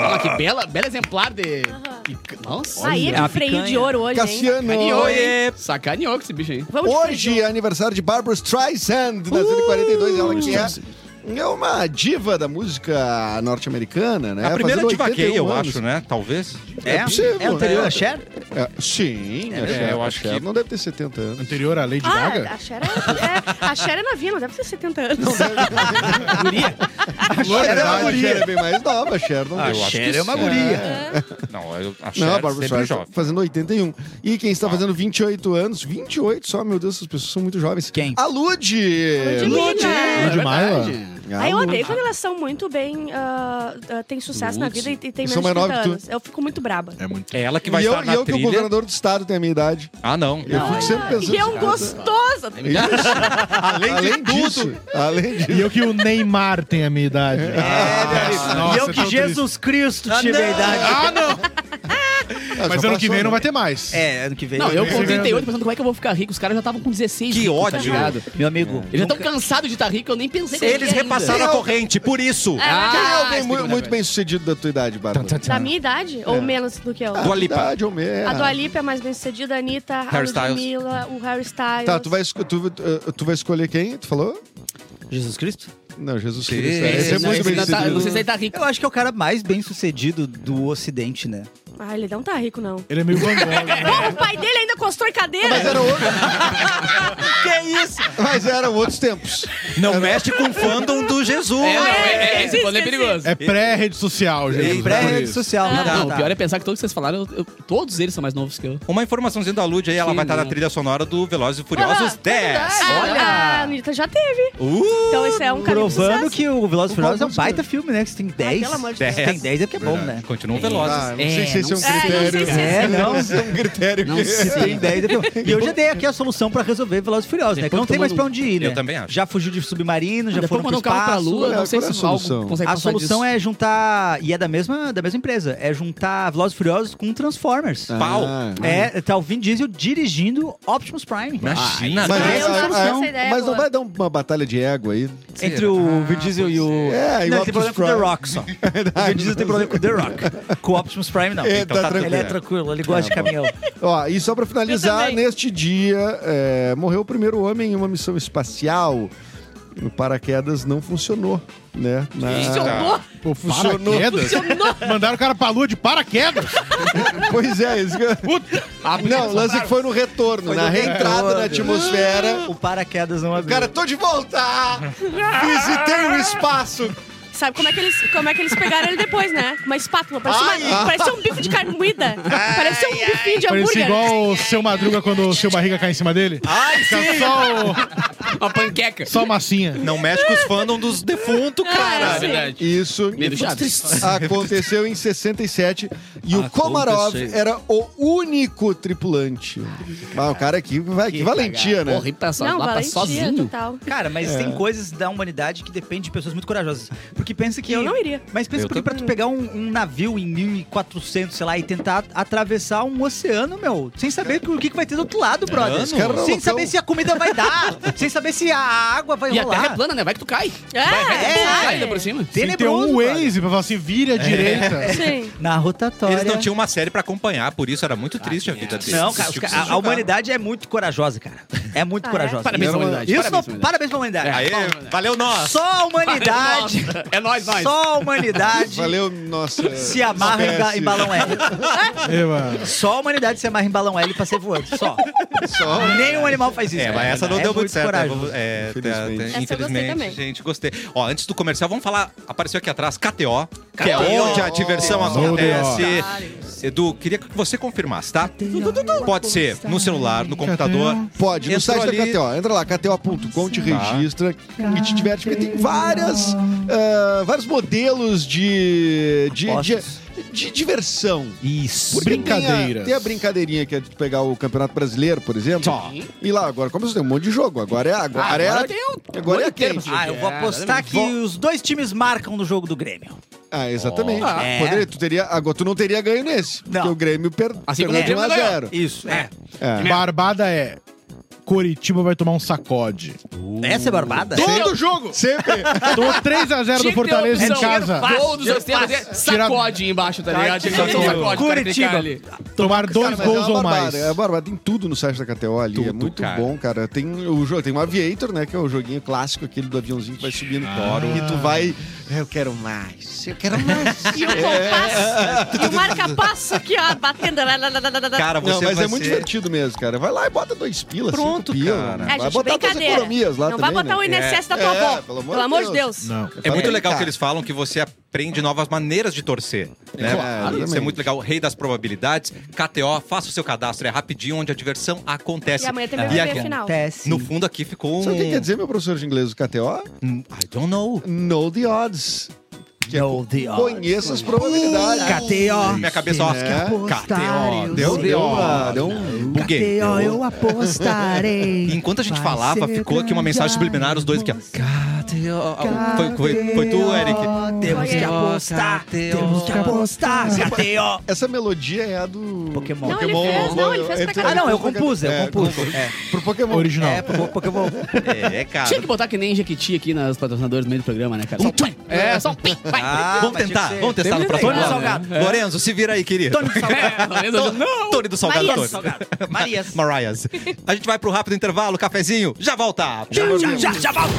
D: Olha que bela, bela exemplar de. que- Nossa.
F: Aí é
B: uma
F: de freio de
B: picanha.
F: ouro hoje, hein?
C: Cassiano.
D: Sacaneou, hein? Sacaneou com esse bicho aí.
F: Vamos de
C: Hoje é aniversário de Barbara Streisand, nascida em 42, ela que
A: Uh!
C: é... É uma diva da música norte-americana, né?
A: A primeira
C: Fazendo
A: diva gay,
C: 81
A: eu
C: anos.
A: acho, né? Talvez.
B: É,
C: possível,
B: é anterior
C: né?
B: a Cher?
C: É, sim, a
A: É,
C: Cher-
A: eu
C: a
A: acho
C: Cher
A: que-
C: Não deve ter 70 anos.
G: Anterior à Lady Gaga?
F: é. Ah, a Cher é, é, a Cher é novinha, não deve ter 70 anos.
C: A Cher é uma
G: verdade,
C: guria,
G: Cher.
C: é bem mais nova, a Cher não
A: Ah,
C: tem-
A: eu acho
B: Cher
A: que
B: é uma
A: sim. É.
B: guria.
A: Não, eu- a Cher
C: Não, a
A: sempre
C: Barbara Streisand
A: jovem. Ah.
C: fazendo 81. E quem está fazendo 28 anos, 28 só, meu Deus, essas pessoas são muito jovens.
B: Quem?
C: A Lud!
F: Ludmilla.
D: É
G: Lud Maia?
D: verdade.
C: A
F: Aí eu
C: Lud.
F: odeio quando elas são muito bem. ah, ah, tem sucesso na vida e, e tem
C: Eu
F: menos
C: sou
F: de
C: mais
F: 30
C: nova que tu.
F: anos. Eu fico muito braba.
G: É muito.
A: É ela que vai
C: E eu,
A: estar
C: e eu
A: na
C: que o
A: trilha.
C: governador do estado tem a minha idade.
A: Ah, não.
C: Eu fico sempre pensando...
F: E é um gostoso.
C: Além, de tudo. além de
G: E eu que o Neymar tem a minha idade.
B: É, e eu
G: tá
B: que Jesus Cristo tive a idade.
G: Ah, não! Mas
C: já
G: ano
C: passou,
G: que vem não
C: né?
G: vai ter mais.
B: É, ano que vem.
D: Não, eu com
G: Sim.
D: 38 pensando como é que eu vou ficar rico. Os caras já estavam com 16.
A: Que
D: ricos,
A: ódio.
D: Tá ligado?
B: Meu amigo.
D: Eles já tá estão
B: nunca-
D: cansados de estar rico, eu nem pensei que eu
A: Eles
D: ia ainda.
A: repassaram a corrente, por isso.
D: Ah,
C: Quem é alguém
D: esse
C: mu-
D: tipo de
C: muito
D: coisa.
C: bem sucedido da tua idade, Bárbara?
F: Da minha idade? Ou menos do que eu?
C: Ah,
A: Dua Lipa.
C: Idade ou meia.
F: A Dua Lipa é mais bem sucedida, a Anitta, a
A: Harry Styles.
F: Ludmilla, o Harry Styles.
C: Tá, tu vai, esco- tu, eh, tu vai escolher quem? Tu falou?
B: Jesus Cristo?
C: Não, Jesus
A: Que
C: Cristo.
A: isso,
C: Esse é
D: Esse
C: muito bem
D: ainda tá-
C: sucedido.
D: Não sei se ele tá rico.
B: Eu acho que é o cara mais bem sucedido do Ocidente, né?
F: Ah, ele não tá rico, não.
G: Ele é meio Van Gogh, né?
F: Bom, o pai dele ainda constrói cadeira.
C: Mas, era outro,
B: Que isso?
C: mas eram outros tempos.
A: Não mexe com o fandom do Jesus.
D: É, não, é, é,
F: Esqueci,
D: esse plano é
F: esqueci.
D: perigoso.
G: É pré-rede social,
B: É
G: gente.
B: pré-rede social. né?
D: Não,
B: Tá.
D: o pior é pensar que todos que vocês falaram, eu- eu- todos eles são mais novos que eu.
A: Uma informaçãozinha da Lud aí, ela
D: Sim,
A: vai estar na
D: né?
A: trilha sonora do Velozes e Furiosos
F: Ah,
A: 10.
F: Ah,
B: Olha!
F: A Anitta já teve.
A: Uh!
F: Então isso é um caminho de
B: Provando
F: sucesso.
B: que o Velozes e
C: Qual
B: Furiosos é um
C: música?
B: baita filme, né? Que você tem 10.
F: pelo amor de
A: Deus.
B: Se tem 10 é porque é bom, né?
A: Continuam
C: Ah,
A: velozes.
C: não sei se
B: É,
C: sei se é um
F: É, não sei
C: critério.
F: se é.
B: É, não.
C: Isso é um critério.
D: Não
C: que-
D: sei.
B: Se tem 10, né? Então, E eu já dei aqui a solução pra resolver Velozes e Furiosos, né? Que
D: Depois
B: não tem
D: todo
B: mais
D: mundo-
B: pra onde ir, né?
A: um- Eu também acho.
B: Já fugiu de submarino, já
D: Depois
B: foram pro
D: mandou o um carro
B: espaço.
D: pra lua,
C: qual
D: não sei
C: é a
D: se algo
C: solução?
D: consegue
B: A
D: passar
B: solução
D: disso.
B: é juntar, e é da mesma, da mesma empresa, é juntar Velozes e Furiosos com Transformers.
C: Ah,
A: Pau.
B: É, tá o Vin Diesel dirigindo Optimus Prime.
A: Imagina,
C: Mas,
A: cara.
F: Ah, eu
C: essa-
F: gosto
C: ah,
F: dessa ideia,
C: mas não
F: boa.
C: vai dar uma batalha de ego aí?
B: Ah, Entre o Vin Diesel e o...
C: É, e Ah, o
B: não, ele tem
C: Optimus
B: problema com o The
C: Prime.
B: Rock só. o Vin Diesel tem problema com o The Rock. Com o Optimus Prime, não.
C: É,
B: então
C: tá
B: tá
C: tranquilo.
B: Ele
C: Tá
B: é tranquilo, ele gosta de caminhão.
C: Ó, e só pra
F: Eu
C: finalizar,
F: também.
C: neste dia é, morreu o primeiro homem em uma missão espacial. O paraquedas não funcionou, né? Na-
D: Ah,
F: Funcionou?
D: tá.
G: Pô,
C: Funcionou.
G: Paraquedas? Mandaram o cara pra lua de paraquedas.
C: Pois é, isso que...
G: Puta.
C: Ah, Não, o lance que foi no retorno,
B: Foi
C: na
B: no
C: reentrada
B: retorno.
C: na atmosfera.
B: O paraquedas não
C: O
B: abriu.
C: Cara, tô de volta! Visitei o espaço!
F: Sabe como é, que eles, como é que eles pegaram ele depois, né? Uma espátula. Parecia, uma-
C: Ai.
F: parecia um bife de carne moída. Parecia um bifinho de
G: Parecia
F: hambúrguer.
G: igual o seu Madruga quando o seu barriga cai em cima dele.
A: Ai, sim.
G: Só,
D: Uma panqueca.
G: o- só massinha.
A: Não mexe com os fandom dos defuntos,
D: Ah,
A: cara.
D: é
F: assim.
D: verdade.
C: Isso
D: Medo Chaves.
C: aconteceu em 67 e o
B: Aconteceu.
C: Komarov era o único tripulante. Ah, o cara aqui, vai, que, valentia, né?
D: Porra, ir pra só,
F: Não,
D: lá
A: tá
D: pra
F: valentia tá
D: sozinho.
F: total.
B: Cara, mas tem coisas da humanidade que dependem de pessoas muito corajosas. Porque pensa que.
F: Eu não iria.
B: Mas pensa
A: Eu
B: porque pra
A: também
B: tu pegar um, um navio em 1400, sei lá, e tentar atravessar um oceano, meu, sem saber o que, que vai ter do outro lado, brother.
A: Esse cara
C: era
B: sem
C: loucão.
B: saber se a comida vai dar, sem saber se a água vai
D: E a terra é
B: rolar.
D: plana, né? Vai que tu cai.
F: É,
D: Vai, vai que tu
B: é.
D: cai ainda por cima.
G: Tem que ter um
B: brother.
G: Waze pra falar assim, vira à direita.
F: Sim.
B: Na rotatória.
A: Eles não tinham uma série pra acompanhar, por isso era muito triste a vida deles.
B: Não, cara, os
A: Tipo,
B: ca-
A: se
B: a- a,
A: jogar.
B: humanidade é muito corajosa, cara. É muito
F: Ah, é?
B: corajosa.
D: Parabéns
C: Não,
D: à humanidade.
B: Isso
D: Parabéns à
B: não,
D: humanidade.
B: parabéns pra humanidade.
A: Aê, valeu nós.
B: Só a humanidade.
D: É nóis, nóis.
B: Só a humanidade
C: Valeu, nossa.
B: se amarra em, ba- em
C: espécie.
B: balão L.
G: É, mano.
B: Só a humanidade se amarra em balão L pra ser voando. Só.
C: Só.
B: Nenhum animal faz isso.
A: É,
B: cara.
A: mas essa não
B: É
A: deu muito certo. né?
B: corajoso.
A: Vamos- é,
C: Infelizmente.
A: tá- tá-
F: Essa eu
A: infelizmente,
F: gostei também.
A: gente, gostei. Ó, antes do comercial, vamos falar. Apareceu aqui atrás KTO, que é
D: KTO.
A: onde a diversão
G: KTO.
A: acontece. Edu, queria que você confirmasse, tá? Pode ser no celular, no computador.
C: Pode, no
A: Entrou
C: site
A: ali-
C: da KTO. Entra lá, kto.com, te
A: Tá.
C: registra e te diverte, porque tem várias, ah, vários modelos de, de,
B: Apostas.
C: de, de diversão.
B: Isso.
C: Porque Tem a,
G: Brincadeiras.
C: tem a brincadeirinha que é de tu pegar o Campeonato Brasileiro, por exemplo.
D: Sim.
C: E lá, agora começou, tem um monte de jogo. Agora é agora,
D: Ah,
C: é,
D: agora
C: a-
D: tem um-
C: agora é
D: um
C: a
D: inteiro
C: quente.
D: pra
B: Ah, eu vou
D: É,
B: apostar que os dois times marcam no jogo do Grêmio.
C: Ah, exatamente.
D: Ah,
B: é.
C: Poderia, tu, teria, agora, tu não teria ganho nesse.
B: Não. é.
C: Porque o Grêmio per,
D: Assim como
C: perdeu
D: o Grêmio
C: de 1 a
D: ganhou.
C: 0.
B: Isso, é.
C: É.
G: Barbada é. Coritiba vai tomar um sacode.
B: Essa é barbada?
G: Todo jogo!
C: Sempre.
G: Tomou 3x0 do Fortaleza em casa.
D: Gol dos dois tempos. é
G: Tira-
D: Sacode embaixo, tá ligado? Tinha que
G: tira- Ah.
D: fazer um sacode. pra clicar
B: Curitiba.
D: ali.
G: Tomaram dois
C: Cara, mas é
G: gols
C: uma
G: ou
C: barbada,
G: mais.
C: É uma barbada, tem tudo no site da KTO ali, é
A: Tudo,
C: muito
A: cara.
C: bom, cara. Tem o jogo, tem o Aviator, né, que é o joguinho clássico aquele do aviãozinho que vai subindo
A: Adoro.
C: e tu vai, "É, eu quero mais, eu quero mais.
F: E o compasso. E o marca-passo aqui, ó, batendo. Lá, lá, lá, lá, lá, lá.
A: Cara, você
C: Não, mas
A: vai
C: é muito
A: ser-
C: divertido mesmo, cara. Vai lá e bota dois pilas,
A: Pronto,
C: cinco pila,
A: cara.
C: né?
F: É,
C: vai
F: gente,
C: botar tuas
F: brincadeira.
C: economias lá
F: Não
C: também,
F: vai botar
C: né?
F: o INSS da tua
C: É,
F: avó.
C: pelo
F: Pelo
C: amor
F: amor,
C: de
F: de
C: Deus.
F: Deus.
G: Não.
A: É muito
C: Vai
A: legal
C: brincar.
A: que eles falam que você aprende novas maneiras de torcer. Né?
C: Claro,
A: Isso é
C: exatamente.
A: muito legal. Rei das probabilidades, KTO, faça o seu cadastro, é rapidinho, onde a diversão acontece.
F: E amanhã tem BBB
A: E aqui-
F: final.
B: Acontece.
A: No fundo aqui ficou um... hum,
C: Sabe o que quer dizer, meu professor de inglês do KTO?
A: I don't know.
C: Know the odds.
B: Know the odds.
C: Conheça as probabilidades.
B: KTO.
A: Minha cabeça, ó,
B: Tem
A: KTO,
B: apostar, eu
A: deu,
B: sei.
C: né? Deu
A: deu,
C: uma- deu um
B: KTO,
A: buguei.
B: eu apostarei.
A: E Enquanto a gente
B: Vai
A: falava,
B: ser
A: ficou aqui uma
B: grande
A: mensagem subliminar, os dois aqui, ó. KTO. Foi, foi, foi tu, Eric?
B: Temos que apostar. Temos que apostar. KTO.
C: Essa melodia é a do
B: Pokémon.
F: Não, ele fez, não, ele fez
C: Então-
F: pra
B: Ah,
F: caralho.
B: não, eu compus, eu
C: É,
B: compus.
C: compus.
B: É,
C: pro Pokémon.
G: Original.
B: é, pro Pokémon.
A: É, cara.
D: Tinha que botar que nem Jequiti aqui nas patrocinadoras no meio do programa, né, cara? Só um tum. É, só um pim. Vai.
B: Ah,
A: vamos
B: mas
A: tentar,
B: tinha que ser.
A: vamos testar no
C: um
A: próximo
B: Tony
A: bloco.
B: Salgado.
A: Lorenzo, se vira aí, querido.
B: Tony Salgado.
D: É, Lorenzo, não.
A: Tony do Salgado,
B: Marias.
A: Tony.
B: Salgado. Marias.
A: Marias. A gente vai pro rápido intervalo, cafezinho, já volta.
B: Já, já, já, já volto.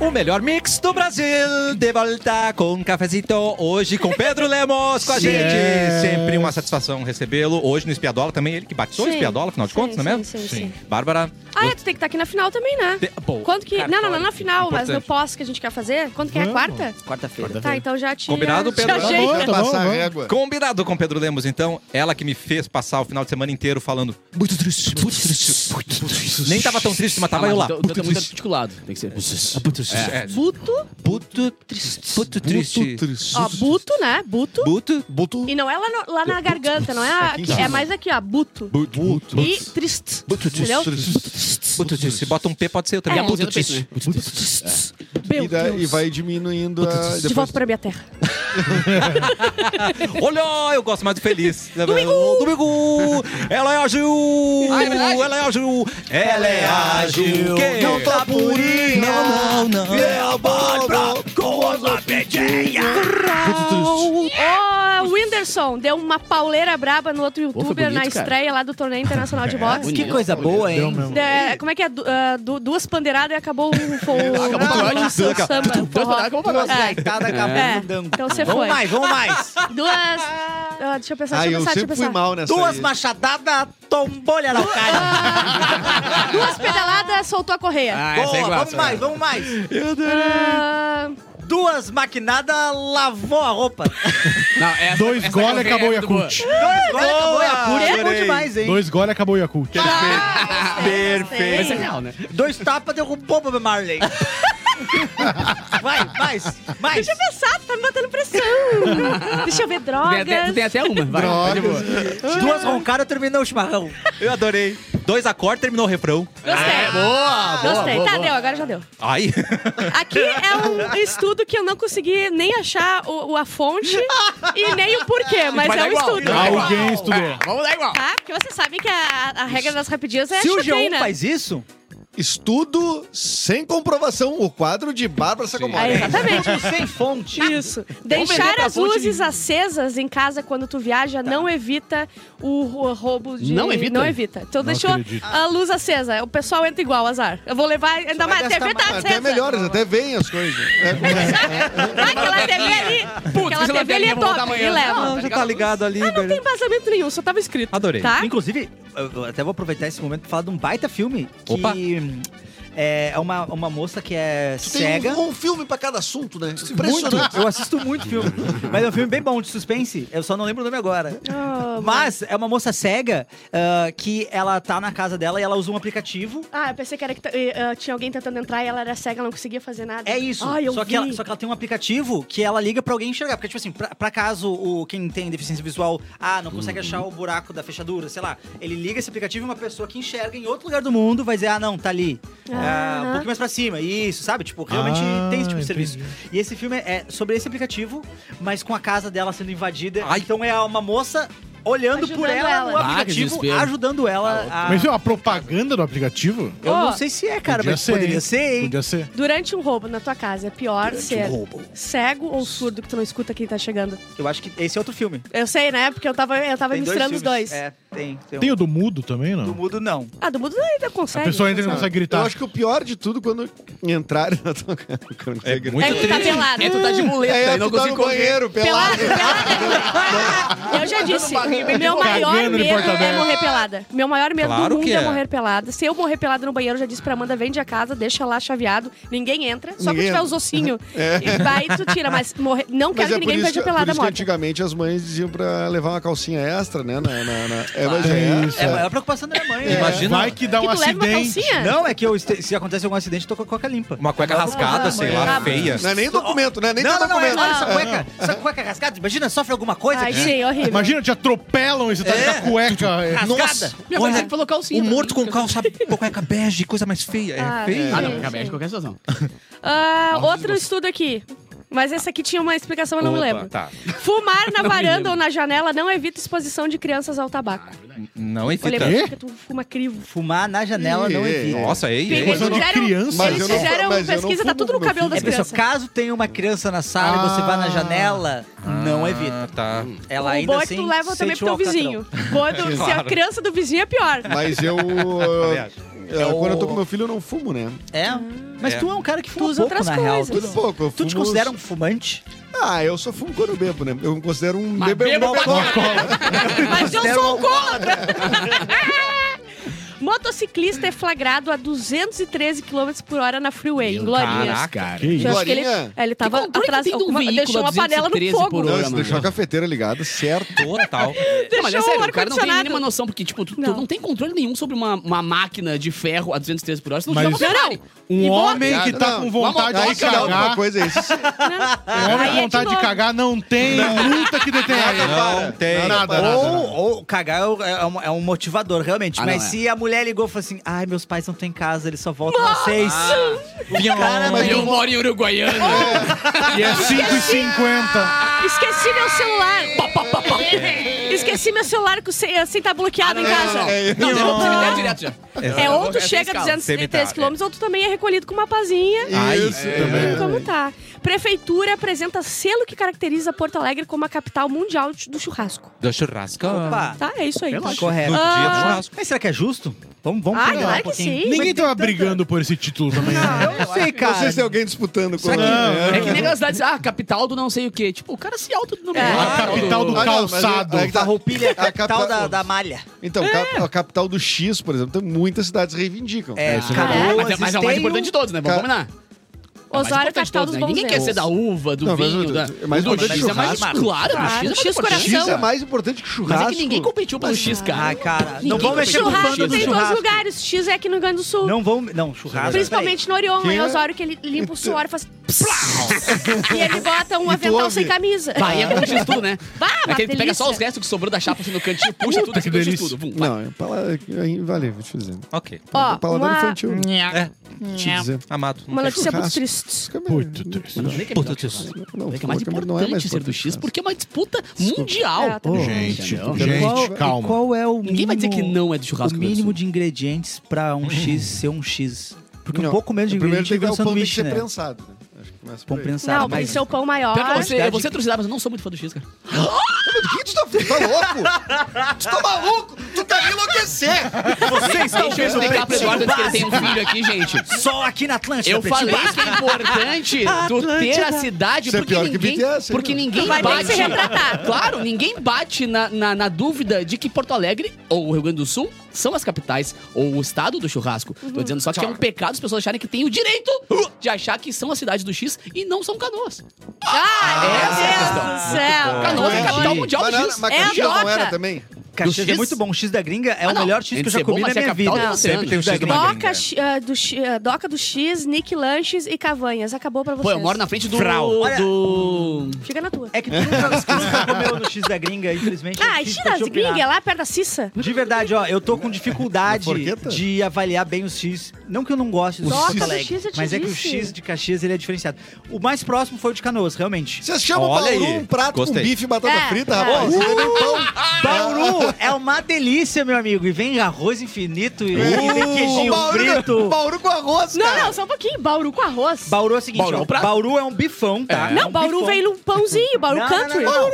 A: O melhor mix do Brasil, de volta com um cafezito, hoje com Pedro Lemos, com a
G: Yes.
A: gente. Sempre uma satisfação recebê-lo. Hoje no Espiadola também, ele que batizou o
F: Sim.
A: Espiadola, afinal de
F: Sim,
A: contas, não é
F: sim,
A: mesmo?
F: sim, sim.
A: Bárbara,
F: Ah, é, tu tem que estar aqui na final também, né?
A: Te- Pô,
F: Quanto que. Não, não, não na final, mas no
A: Importante.
F: pós que a gente quer fazer. Quanto que é? Quarta?
B: Quarta-feira.
F: Tá, então já tinha.
A: Combinado, Pedro?
F: Já
A: Tá
F: ajeita.
C: Vai
G: tá bom,
C: passar
G: vamos.
C: régua.
A: Combinado com Pedro Lemos, então. Ela que me fez passar o final de semana inteiro falando muito triste, muito triste, muito triste. Nem tava tão triste, mas tava eu lá.
D: Então,
A: Muito
D: então tá muito
A: triste.
D: articulado. Tem que ser.
A: Muito triste. É.
F: Buto.
A: Puto triste. Puto triste.
F: Ó, buto, né? Buto.
A: Buto.
C: Buto.
F: E não é lá, no- lá na garganta, não é aqui. É mais aqui, ó. Buto.
A: Buto.
F: E triste. Entendeu?
A: Buto triste. Se bota um P, pode ser eu também.
F: É,
A: É, buto
D: mas eu
A: triste.
D: também,
F: Meu
C: E, da- e
F: Deus.
C: vai diminuindo a.
F: De volta pra minha terra.
A: Olha, eu gosto mais do Feliz. Domingo! Domingo! Ela é ágil! Ela é ágil! Ela é ágil! Que
C: Não tá purinha.
A: Não, não, não.
F: Ô, o Whindersson deu uma pauleira braba no outro
D: foi
F: youtuber na
D: bonito, cara.
F: estreia lá do torneio internacional de boxe.
B: Que coisa boa, hein?
F: É, como é que é? Du- ah, du- duas pandeiradas e acabou um, o, fo- o,
A: acabou.
F: samba. forró.
D: pandeiradas, acabou o
B: Ah,
D: pagode.
F: É,
B: Deitada, acabou
F: É.
B: andando.
F: Então você
B: Vamos
F: foi.
B: mais, vamos mais.
F: Duas. Ah, deixa eu pensar,
C: Ah,
F: deixa
C: eu
F: eu pensar, deixa eu
C: sempre fui
F: pensar.
C: mal nessa.
B: Duas
C: aí.
B: machadadas, tombolha na cara.
F: Duas pedaladas, soltou a correia.
D: Ah, essa é
B: Boa,
D: igual.
B: vamos mais, vamos mais.
F: Ah,
B: Duas maquinadas, lavou a roupa.
D: Não, essa,
G: Dois
D: essa
G: goles acabou o
D: é muito boa.
G: Yakult.
B: Agora acabou a Yakut, é bom
A: adorei.
B: demais, hein?
G: Dois goles acabou o Yakult.
A: Tá.
D: Mas é
A: Perfeito!
D: real, né?
B: Dois tapas, derrubou o Bob Marley. Vai, mais, mais.
F: deixa eu pensar, tu tá me botando pressão. deixa eu ver
D: Tem até, tu
F: drogas.
D: tem até uma. Vai, vai de boa.
B: Duas roncadas, terminou o chimarrão.
A: Eu adorei! Dois acordes, terminou o refrão.
F: Gostei.
D: Ah, Boa,
F: Gostei. tá, deu, agora já deu.
A: Aí,
F: Aqui é um estudo que eu não consegui nem achar o, o- a fonte e nem o porquê, mas
D: Vai
F: é
D: dar
F: um
D: igual.
F: estudo.
D: Vai dar igual.
G: Alguém estudou.
D: É, vamos dar igual.
F: Tá? Porque você sabe que a, a regra das rapidinhas é
B: Se o
F: chutei,
B: G1
F: né?
B: faz isso,
C: Estudo sem comprovação. O quadro de Bárbara
F: É,
C: Sacomori.
F: exatamente.
B: sem fonte.
F: Isso.
D: vender
F: Deixar
D: pra
F: as
D: fonte
F: luzes acesas em casa quando tu viaja não evita o ro- roubo de.
D: Não evita?
F: Não evita. Então
G: Não
F: deixou
G: acredito.
F: a luz acesa. O pessoal entra igual, azar. Eu vou levar ainda mais. A TV tá acesa.
C: Até melhores, até vem as coisas.
F: Ah, aquela TV ali.
D: Putz,
F: aquela
D: ela
F: TV ali
D: vem,
F: é
D: eu vou
F: top.
D: voltar
F: E
D: amanhã.
F: leva.
A: já tá ligado
B: Ah,
A: ali.
F: Não tem embasamento nenhum, só tava escrito.
A: Adorei.
F: Tá?
B: Inclusive, eu até vou aproveitar esse momento pra falar de um baita filme. Que
A: Opa.
B: hum, é uma, uma moça que é
C: Tem
B: cega.
C: um, um filme pra cada assunto, né?
B: Muito.
C: Impressionante.
B: Eu assisto muito filme. Mas é um filme bem bom de suspense. Eu só não lembro o nome agora.
F: Ah,
B: Mas é uma moça cega ah, que ela tá na casa dela e ela usa um aplicativo.
F: Ah, eu pensei que, era que t- eh, ah, tinha alguém tentando entrar e ela era cega, não conseguia fazer nada.
B: É isso.
F: Ai, Ah, eu
B: só,
F: vi.
B: que ela, só que ela tem um aplicativo que ela liga pra alguém enxergar. Porque, tipo assim, pra, pra caso o, quem tem deficiência visual, ah, não
G: Uhum.
B: consegue achar o buraco da fechadura, sei lá. Ele liga esse aplicativo e uma pessoa que enxerga em outro lugar do mundo vai dizer, ah, não, tá ali. Ah, um
F: Aham.
B: pouquinho mais pra cima. Isso, sabe? Tipo, realmente
G: Ah,
B: tem esse tipo de serviço.
G: entendi.
B: E esse filme é sobre esse aplicativo, mas com a casa dela sendo invadida.
A: Ai.
B: Então é uma moça olhando por
F: Ajudando
B: ela,
F: ela.
B: no
F: Ah,
D: que
B: aplicativo,
D: desespero.
B: ajudando ela a...
G: Tá Mas viu a propaganda do aplicativo?
B: Eu
F: Ó,
B: não sei se é, cara,
G: Podia
B: mas
G: ser,
B: poderia
G: hein?
B: ser, hein?
G: Podia ser.
F: Durante um roubo na tua casa, é pior ser cego ou surdo que tu não escuta quem tá chegando?
B: Eu acho que esse é outro filme.
F: Eu sei, né? Porque eu tava, eu tava misturando os dois.
B: É, tem. Tem,
G: Tem
B: um.
G: o do mudo também,
B: Do
G: não?
B: mudo, não.
F: Ah, do mundo ainda
G: A
F: consegue.
G: pessoa entra e não
F: consegue.
G: consegue
C: Eu
G: gritar.
C: acho que o pior de tudo quando entrarem na tua casa.
A: É muito
F: É que tá
A: triste.
F: pelado.
D: É, tu tá de muleta,
C: É,
D: eu
C: tu
D: não
C: tá no
D: consigo correr.
C: banheiro,
F: Pelado,
C: pelado.
F: pelado. Eu já disse, meu maior
G: Cagando de
F: medo é
G: porta-aberta.
F: morrer pelada. Meu maior medo
A: Claro
F: do mundo
A: que
F: é.
A: é.
F: morrer pelada. Se eu morrer pelada no banheiro, eu já disse pra Amanda, vende a casa, deixa lá chaveado, ninguém entra. Só que
C: Ninguém
F: tiver
C: entra. É.
F: os ossinhos. E vai, tu tira, mas morrer, não quero
C: Mas é por
F: que ninguém me
C: isso, que,
F: veja
C: por
F: pelada
C: isso que
F: morta.
C: antigamente as mães diziam pra levar uma calcinha extra, né? Na, na- na- É, mas
G: É
C: é,
G: isso.
B: É, a preocupação da minha mãe. né?
A: É. Imagina
G: Vai que dá
F: Que
G: um
F: tu leva uma
G: acidente.
F: calcinha?
B: Não, é que eu, este- se acontece algum acidente, eu tô com a cueca limpa.
A: Uma cueca rasgada, sei lá,
F: mãe.
A: feia.
C: Não é nem documento, né? Nem
B: não,
C: tem
B: não, não, é
C: documento.
B: claro, essa
F: Não.
B: cueca, essa cueca é rasgada. Imagina, sofre alguma coisa
F: Ai,
B: aqui.
F: sim, horrível.
G: Imagina, te atropelam e você tá com a cueca. é.
A: Nossa,
D: Minha mãe
A: olha,
D: sempre falou calcinha.
A: o morto com calça, com cueca bege, coisa mais feia. É
F: Ah,
A: feia.
D: Ah, não,
F: Sim,
D: acabei
F: sim.
D: de qualquer situação.
F: Ah, outro estudo aqui. Mas esse aqui tinha uma explicação, eu não me
A: Opa,
F: lembro.
A: Tá.
F: Fumar na
D: Não me
F: varanda
D: lembro.
F: ou na janela não evita exposição de crianças ao tabaco.
A: Não é
F: Olha,
A: evita.
F: porque tu fuma crivo.
B: Fumar na janela não
C: Ih,
B: evita.
A: Nossa, ei, ei.
F: Eles
G: Exposição de
F: fizeram,
G: criança?
C: Mas
F: eles
C: eu não-
F: fizeram
C: mas eu não
F: pesquisa, tá
C: fumo
F: tudo no
C: com meu
F: cabelo
C: filho.
F: das
B: É, pessoal,
F: crianças.
B: caso tenha uma criança na sala e você vá na
G: Ah.
B: janela, não evita.
A: Tá.
B: Ela
F: o
B: ainda
F: bom é que
B: assim
F: tu leva também
B: sente
F: pro teu
B: o alcatrão.
F: vizinho. Bom é do- Se a
A: Claro.
F: criança do vizinho é pior.
C: Mas eu.
A: acho.
C: eu- Quando eu tô com meu filho, eu não fumo, né?
B: É, mas
A: É.
B: tu é um cara que fuma
F: Ah. usa
B: pouco,
F: outras
B: na real.
F: coisas.
B: Tu,
C: Tudo pouco. Eu
B: tu te
C: fumo-
B: considera um fumante?
C: Ah, eu só fumo quando eu bebo, né? Eu me considero um
D: Mas
C: bebedor.
D: bebo pra
C: alcoólatra.
F: Mas eu sou alcoólatra. Motociclista é flagrado a 213 km por hora na freeway, em Glorinha.
D: cara.
G: Que
F: Eu acho que ele,
C: Glorinha?
F: é, ele tava
D: Que cultura que
F: atrás,
D: tem de um
F: alguma-
D: veículo
F: deixou
D: a
F: uma panela no
D: 213 por
F: fogo.
D: hora?
C: Não,
D: Porra,
C: se
D: mano.
C: deixou a cafeteira ligada, certo.
A: Total.
D: Não, mas é
F: Deixou
D: sério,
F: o
D: o cara não tem a
F: ar-condicionado.
D: mínima noção, porque, tipo, tu tu não,
F: Não.
D: tem controle nenhum sobre uma, uma máquina de ferro a 213 por hora, senão tu
G: Mas-
D: joga
F: Não,
D: Ferrari.
G: Um
F: E boa-
G: homem que tá
C: Não,
G: com vontade
C: Aí
G: de
C: cada um uma
G: cagar.
C: coisa é isso.
G: Um homem
F: Aí
G: com
F: é
G: vontade
F: de
G: de
F: boa.
G: cagar não tem luta que detenha ele.
A: Não tem.
G: Nada, nada.
B: ou,
G: nada.
B: ou cagar é um- é um, é um motivador, realmente.
D: Ah,
B: Mas
D: não, é.
B: se a mulher ligou e falou assim: ai, meus pais não estão em casa, eles só voltam às seis.
G: Vinha
B: cara tá
G: uma-
B: tem-
D: Eu moro em Uruguaiana.
G: E é 5,50.
F: Esqueci meu celular. Esqueci meu celular com sem, sem tá bloqueado em casa.
D: Não, não, não, cemitério direto já.
F: É, ou tu
D: Essa
F: chega a
D: escala.
F: 233
A: Semitário.
F: quilômetros, ou tu também é recolhido com uma pazinha.
A: Ai,
C: Isso,
F: Hum, Como tá? Prefeitura apresenta selo que caracteriza Porto Alegre como a capital mundial do churrasco.
A: Do churrasco.
B: Opa,
F: Tá? É isso aí.
B: tá
F: Tá?
A: No
B: correto.
A: dia do churrasco.
B: Mas será que é justo? Vamos, vamos
F: Ah,
B: pegar um
F: claro que
B: pouquinho. Ah,
F: sim.
G: Ninguém tava brigando por esse título também. né?
B: Eu não sei, cara.
C: Não sei se tem alguém disputando com né?
B: Será que-
G: Não,
D: É que nem aquela cidade, ah, capital do não sei o quê. Tipo, o cara se auto no
F: É.
G: A capital do
C: Ah, não, mas
G: calçado.
C: é- é que
B: Da
C: tá-
B: roupilha,
C: a
B: capital
C: capital-
B: da, da malha.
C: Então, cap- a capital do X, por exemplo, tem muitas cidades reivindicam.
B: É,
D: É,
B: Canoas,
D: mas, é, mas é o mais
B: Esteio.
D: importante de todos, né? Vamos
C: Ca-
D: combinar. É o mais
F: Osório,
D: importante de
F: capital
D: todos,
F: dos
D: né?
F: bons
D: Ninguém quer
F: ventos.
D: ser da uva, do
C: Não, mas
D: vinho,
C: o-
D: da...
C: é mais
D: do
C: importante
D: X é mais
B: churrasco.
D: claro, do
F: Claro,
D: X é mais
F: X
D: importante.
C: X é
F: coração.
C: mais importante que churrasco.
D: Mas é que ninguém competiu pelo X, cara.
B: Ah, cara. Não
D: Ninguém
B: vamos mexer
D: competiu
B: no bando
D: pelo
F: Churrasco
B: do
F: tem em todos os
B: churrasco.
F: lugares. X é aqui no Rio Grande do Sul.
B: Não vamos. Não, churrasco.
F: Principalmente no Orion,
C: Que-
F: é Osório que ele limpa o suor e faz. plá! e ele bota um
C: E tu
F: avental
C: ouve?
F: sem camisa.
D: Bah, aí é bom X tudo, né?
F: Bah, uma
D: Aquele que pega só os
F: delícia.
D: restos que sobrou da chapa assim no cantinho, puxa tudo,
G: que
D: aquele X
G: delícia.
D: tudo. Vum, vai.
C: Não, é palavra... aí, Valeu, vou te dizer.
A: Ok.
F: Ó,
C: paladar
F: uma,
C: infantil.
A: É,
C: né? Te dizer.
A: amado.
F: uma notícia muito
C: Churrasco.
F: triste.
C: Fica meio-
G: Puta, Deus.
D: Não, nem que é
A: Puta,
D: melhor que
A: Deus.
D: X.
C: Não,
D: É que é mais
C: Flamengo
D: importante
C: não é mais
D: ser do X,
C: importante.
D: porque é uma disputa mundial.
F: É, eu também
D: Pô,
G: Gente,
D: entendeu?
G: gente,
B: Calma.
G: calma.
B: Qual é o
D: Ninguém vai dizer que não é do churrasco
B: O
D: do Rio
B: mínimo
D: Sul.
B: de ingredientes pra
D: Hum.
B: um X ser um X. Porque um
C: Não,
B: pouco menos de
C: Primeiro
B: ingredientes
C: tem que
B: vira
C: dar
B: um
C: o pão de
B: sanduíche,
C: ser
B: né?
C: prensado. né? Acho que começa por
B: Pão
C: aí.
B: prensado.
F: Não,
B: mas-
F: mas isso é o pão maior.
D: Pior que você, eu
B: quantidade
D: vou
B: de-
D: ser trucidado, mas eu não sou muito fã do X, cara.
C: Por que tu tá, tá louco?
E: Tu tá maluco? Tu tá me enlouquecer.
D: Vocês Deixa eu explicar pro Eduardo antes que ele tem um filho aqui, gente.
B: Só aqui na Atlântida.
D: Eu
B: Pretinho
D: falei
B: Básico.
D: que é importante tu ter a cidade
C: Isso é
D: porque
C: pior que
D: ninguém,
C: BTS, hein,
D: porque
C: meu?
D: ninguém
F: Vai ter que
D: bate.
F: se retratar.
D: Claro, ninguém bate na, na, na dúvida de que Porto Alegre ou o Rio Grande do Sul são as capitais ou o estado do churrasco.
F: Uhum.
D: Tô dizendo só que é um pecado as pessoas acharem que têm o direito de achar que são a cidade do X e não são canoas. Essa é
F: Ah,
D: a
F: meu Deus do céu.
D: Canoas é a capital
C: Entendi.
D: mundial
C: Mas
D: do
C: não era-
D: X.
C: Mas
F: É a
C: Caxias não era
F: nota.
C: também?
B: Caxias
D: Do
B: é
D: X?
B: muito bom. O X da gringa é
D: Ah,
B: o
D: não.
B: melhor X que
D: Entre
B: eu já
D: ser bom,
B: comi na
D: mas é a
B: minha
D: capital
B: vida. um
D: do oceano.
A: Sempre tem o X do Magrão.
F: Doca, X- ah, do, X- ah, Doca do X, Nick Lanches e Cavanhas. Acabou pra vocês.
D: Pô, eu moro na frente do.
A: Frau.
B: Olha-
D: do...
F: Fica na tua.
B: É que tu nunca tu nunca comeu no X da gringa, infelizmente.
F: Ah,
B: é difícil
F: tira
B: pra
F: as
B: te opinar.
F: gringas lá perto da Cissa.
B: De verdade, ó, eu tô com dificuldade
C: Na forqueta?
B: de avaliar bem os X. Não que eu não goste dos
F: Nossa,
B: X,
F: do
B: Alex,
F: X eu te
B: mas é que o
F: disse.
B: X de Caxias ele é diferenciado. O mais próximo foi o de Canoas, realmente.
C: Vocês chamam o
A: Olha
C: Bauru
A: aí.
C: um prato
A: Gostei.
C: com bife e batata
F: É,
C: frita,
F: é.
C: rapaz? Isso é nem pão.
B: Bauru é uma delícia, meu amigo. E vem arroz infinito e, e tem
C: O
B: queijinho
C: Uh, Bauru- é
B: frito.
C: Bauru com arroz,
F: Não,
C: cara.
F: não, só um pouquinho. Bauru com arroz.
B: Bauru é o seguinte,
D: Bauru é
B: ó,
D: um prato?
B: Bauru é um bifão, tá? É
F: não,
B: um
F: Bauru
B: bifão.
F: vem num pãozinho, Bauru
B: Não, não, não,
F: Country.
B: não.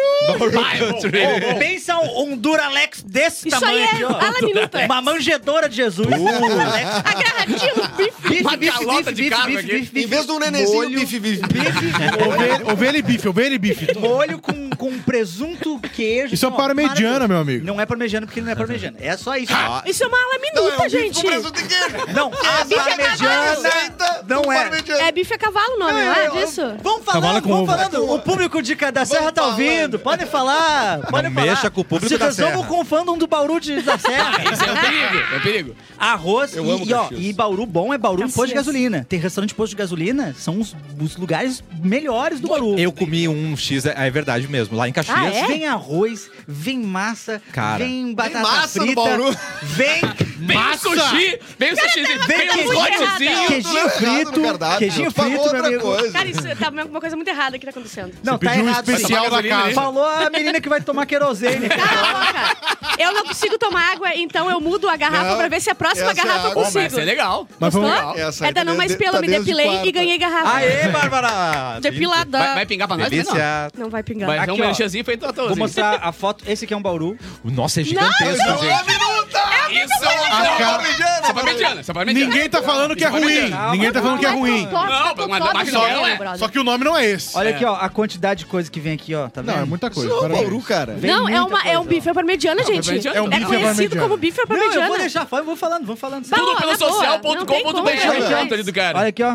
D: Vai, bom, bom,
A: É.
D: bom.
B: Ô, Pensa um, um Duralex desse
F: Isso
B: tamanho
F: aí é
B: aqui, ó.
F: ala minuta.
B: Uma manjedora de Jesus. Duralex.
F: Agarradinho no bife.
B: Bife,
D: Uma
B: bife,
D: calota
B: bife,
D: de
B: bife,
D: carne
B: bife,
D: aqui.
B: bife,
C: Em
B: bife.
C: vez de um nenenzinho,
B: Molho.
C: bife, bife.
G: Ovelha- Ovelha e bife, ovelha e bife.
B: molho com, com presunto, queijo.
G: Isso é
B: Não,
G: parmegiana,
B: maravilha.
G: meu amigo.
B: Não é parmegiana porque ele não é parmegiana. É só isso.
F: Isso é uma ala
C: Não, é
F: minuta,
C: um bife
F: gente.
C: com presunto e queijo.
B: Não, a
C: Essa
B: parmegiana
C: receita
B: não
C: do
B: é.
C: parmegiana.
F: É bife a cavalo o nome, não é
B: um
F: disso?
B: Vamos
G: Cavala
B: falando,
G: com
B: vamos
G: ovo.
B: falando. O público de Ca- da Serra tá
C: falando.
B: ouvindo. Podem falar. Podem falar.
A: mexa com o público
B: Se
A: da
B: resolvam
A: Serra.
B: com o fandom do Bauru de, da Serra.
D: Esse é o perigo, é o perigo.
B: Arroz
C: Eu
B: e,
C: amo
B: e, ó,
C: Caxias.
B: e Bauru bom é Bauru em posto de
F: Caxias.
B: gasolina. Tem restaurante de posto de gasolina, são os, os lugares melhores do Bauru.
A: Eu comi um X, é é verdade mesmo, lá em Caxias.
F: Ah, é?
B: Vem arroz, vem massa,
A: Cara,
B: vem batata
C: massa no
B: frita,
C: Bauru.
B: vem
D: Vem o sushi, vem o sushi,
B: Vem
D: vem
B: queijinho,
D: um
F: errado.
C: É
D: cortezinho.
B: queijinho
C: Tudo errado no
B: frito,
C: cardápio.
B: queijinho
C: Tu falou
B: frito, meu
C: outra
B: amigo.
C: coisa.
F: Cara, isso tá alguma coisa muito errada que tá acontecendo.
B: Não, tá
G: Pediu um
B: errado. sim.
G: especial da
D: gasolina ali.
G: casa.
B: Falou a menina que vai tomar querosene.
F: Cala a boca. Eu não consigo tomar água, então eu mudo a garrafa
C: Não,
F: pra ver se a próxima
C: essa
F: garrafa
C: é
F: eu
C: água.
D: Bom, mas
F: consigo.
D: essa é legal.
G: Mas um
F: Gostou?
G: vamos
C: Essa aí
F: É da
C: tá
F: não mais
C: desde-
F: pelo,
C: tá
F: me
C: desde
F: depilei
C: quarta.
F: e ganhei garrafa.
A: Aê, Bárbara!
F: Depilada.
D: Vai, vai pingar pra nós? também, Não.
A: Delícia.
F: Não vai pingar.
D: Vai
B: Aqui,
D: ter um
B: ó.
D: merchanzinho feito à toa.
B: Vou
D: assim.
B: mostrar a foto. Esse aqui é um Bauru.
A: Nossa, é gigantesco,
F: Não,
A: gente.
C: Não, é minuta!
H: Isso é um
G: A cara-
D: Só pra mediana, só pra mediana.
G: Ninguém tá falando que é ruim.
B: Calma,
G: Ninguém tá falando que é ruim.
H: Não,
F: Não,
D: mas- mas não é, ué.
G: Só que o nome não é esse.
B: Olha aqui, ó, a quantidade de coisa que vem aqui, ó. Tá vendo?
G: Não, é muita coisa.
C: Isso não é
G: parabéns.
C: Bauru, cara.
B: Vem
F: Não, é,
B: muita
F: uma, é
B: coisa,
F: um bife à parmegiana, gente.
D: parmegiana. É um
F: É
G: bife à
F: conhecido
G: parmegiana.
F: como bife à
B: Não, eu vou
F: parmegiana.
B: deixar, fora, eu vou falando, vou falando.
F: Bah,
D: Tudo
F: Não,
D: pelo
F: na boa, não tem como,
D: social.com.br,
C: cara.
D: conta ali né, do cara.
B: Olha aqui, ó.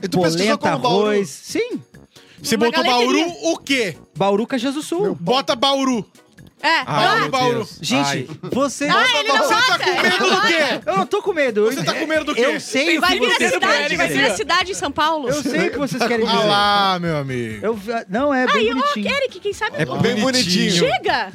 C: E tu
B: Polenta,
C: pesquisou como Bauru?
B: arroz. Sim.
G: Você
F: Uma
G: botou
F: galeteria.
G: Bauru o quê?
B: Bauru com Jesus Sul.
G: Bota Bauru.
F: É.
A: Ai,
F: Ah,
A: meu
G: Bauru.
A: Deus.
B: Gente, você.
F: Ah, ele não
G: Você tá
F: gosta.
G: com medo do quê?
B: Eu não tô com medo.
G: Você
B: eu-
G: tá com medo do quê?
B: Eu sei o
F: Vai
B: que
F: vir a
B: vocês querem
F: cidade, vai vir a
B: dizer.
F: cidade em São Paulo.
B: Eu sei o que vocês querem
G: Ah
B: dizer.
G: lá, meu amigo.
B: Eu, não, é bem
F: Aí, ó,
B: bonitinho.
F: Eric, quem sabe...
A: É
C: Bem bonitinho.
F: Chega!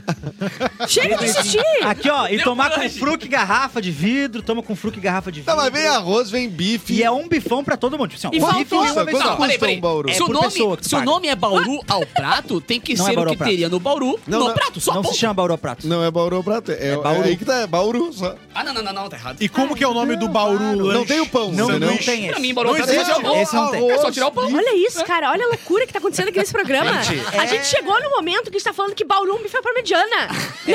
F: Chega de assistir!
B: Aqui, ó, e
D: Deu
B: tomar com
D: coragem.
B: fruque garrafa de vidro, toma com fruque garrafa de vidro.
C: Tá, mas vem arroz, vem bife.
B: E é um bifão pra todo mundo. Tipo assim,
F: E
B: ó,
F: faltou-
B: bife vem uma
C: Nossa,
B: vez
C: quanto
B: só.
D: Não, peraí,
C: custa
D: peraí.
C: um Bauru?
B: É
D: se o
B: por
D: nome,
B: pessoa que tu
D: se o
B: paga.
D: nome é Bauru ao prato, tem que
B: Não é
D: ser o
B: Bauru
D: que
B: ao prato.
D: teria no Bauru
C: Não,
D: no
C: não.
D: prato, só
B: Não
D: ponto.
B: se chama Bauru ao prato.
C: Não é Bauru ao prato. É,
B: É Bauru.
C: é aí que tá, é Bauru só.
D: Ah, não, não, não, não, tá errado.
G: E como que é o nome do Bauru
C: Não
G: lanche?
C: tem o pão,
G: Não,
C: entendeu?
G: não
B: Não tem
D: Pra
B: esse.
D: mim, Bauru ao
G: Não
D: prato é só
G: existe.
D: tirar o pão.
B: Esse não tem.
D: É só tirar o pão.
F: Olha isso, cara. Olha a loucura que tá acontecendo aqui nesse programa. a gente chegou no momento que está falando que Bauru é um bife à parmegiana. Não,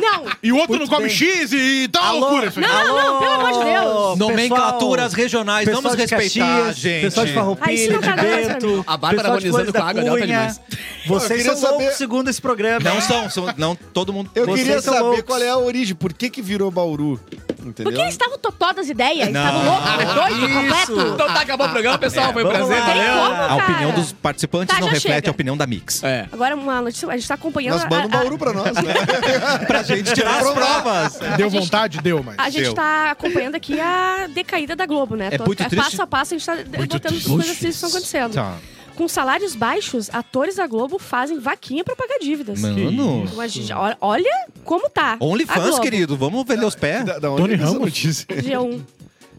F: não, não.
G: E o outro não come
B: bem.
G: X e, e tá uma loucura isso aqui.
F: Não, não, não, pelo amor de Deus.
A: Nomenclaturas regionais,
B: pessoal
A: vamos
B: de
A: respeitar,
B: Caxias,
A: gente.
B: Pessoal de
F: Ah, isso
B: Farroupilha,
F: não
B: de
F: tá dando pra
B: Bento,
D: A
B: pessoal
D: Bárbara
B: de
D: agonizando
B: Flores da
D: com água,
F: é
D: dela tá
B: Cunha.
D: demais.
C: Eu
B: Vocês
C: queria
B: são loucos
C: saber-
B: segundo esse programa.
A: Não são, são- não todo mundo.
C: Eu
B: Vocês
C: queria
B: são
C: saber
B: loucos.
C: qual é a origem. Por que que virou Bauru? Entendeu?
F: Porque eles estavam totó das ideias. Eles
A: Não.
F: estavam loucos, doido,
B: Isso.
F: completo.
D: Então tá, acabou o programa, pessoal. Foi um
B: Vamos lá.
D: prazer. valeu.
F: Tem como,
A: A opinião
F: cara?
A: dos participantes
F: Ah, Tá,
A: não
F: já
A: reflete
F: chega.
A: a opinião da Mix.
D: É.
F: Agora uma notícia, a gente tá acompanhando...
C: Nós manda um
F: a- a-
C: Bauru pra nós, né?
A: Pra gente tirar as provas.
G: Deu vontade? Deu, mas...
F: A gente
A: Deu.
F: tá acompanhando aqui a decaída da Globo, né?
A: É
F: Tô-
A: muito triste.
F: Passo a passo a gente tá botando as
D: triste.
F: coisas que estão acontecendo.
G: Tá.
F: Com salários baixos, atores da Globo fazem vaquinha pra pagar dívidas.
A: Mano.
F: Então, a gente- olha- Olha como tá. a
A: OnlyFans,
F: Globo.
A: querido, vamos vender os pés.
C: Da, da onde
G: Tony
C: é essa
G: Ramos?
C: notícia?
F: G1.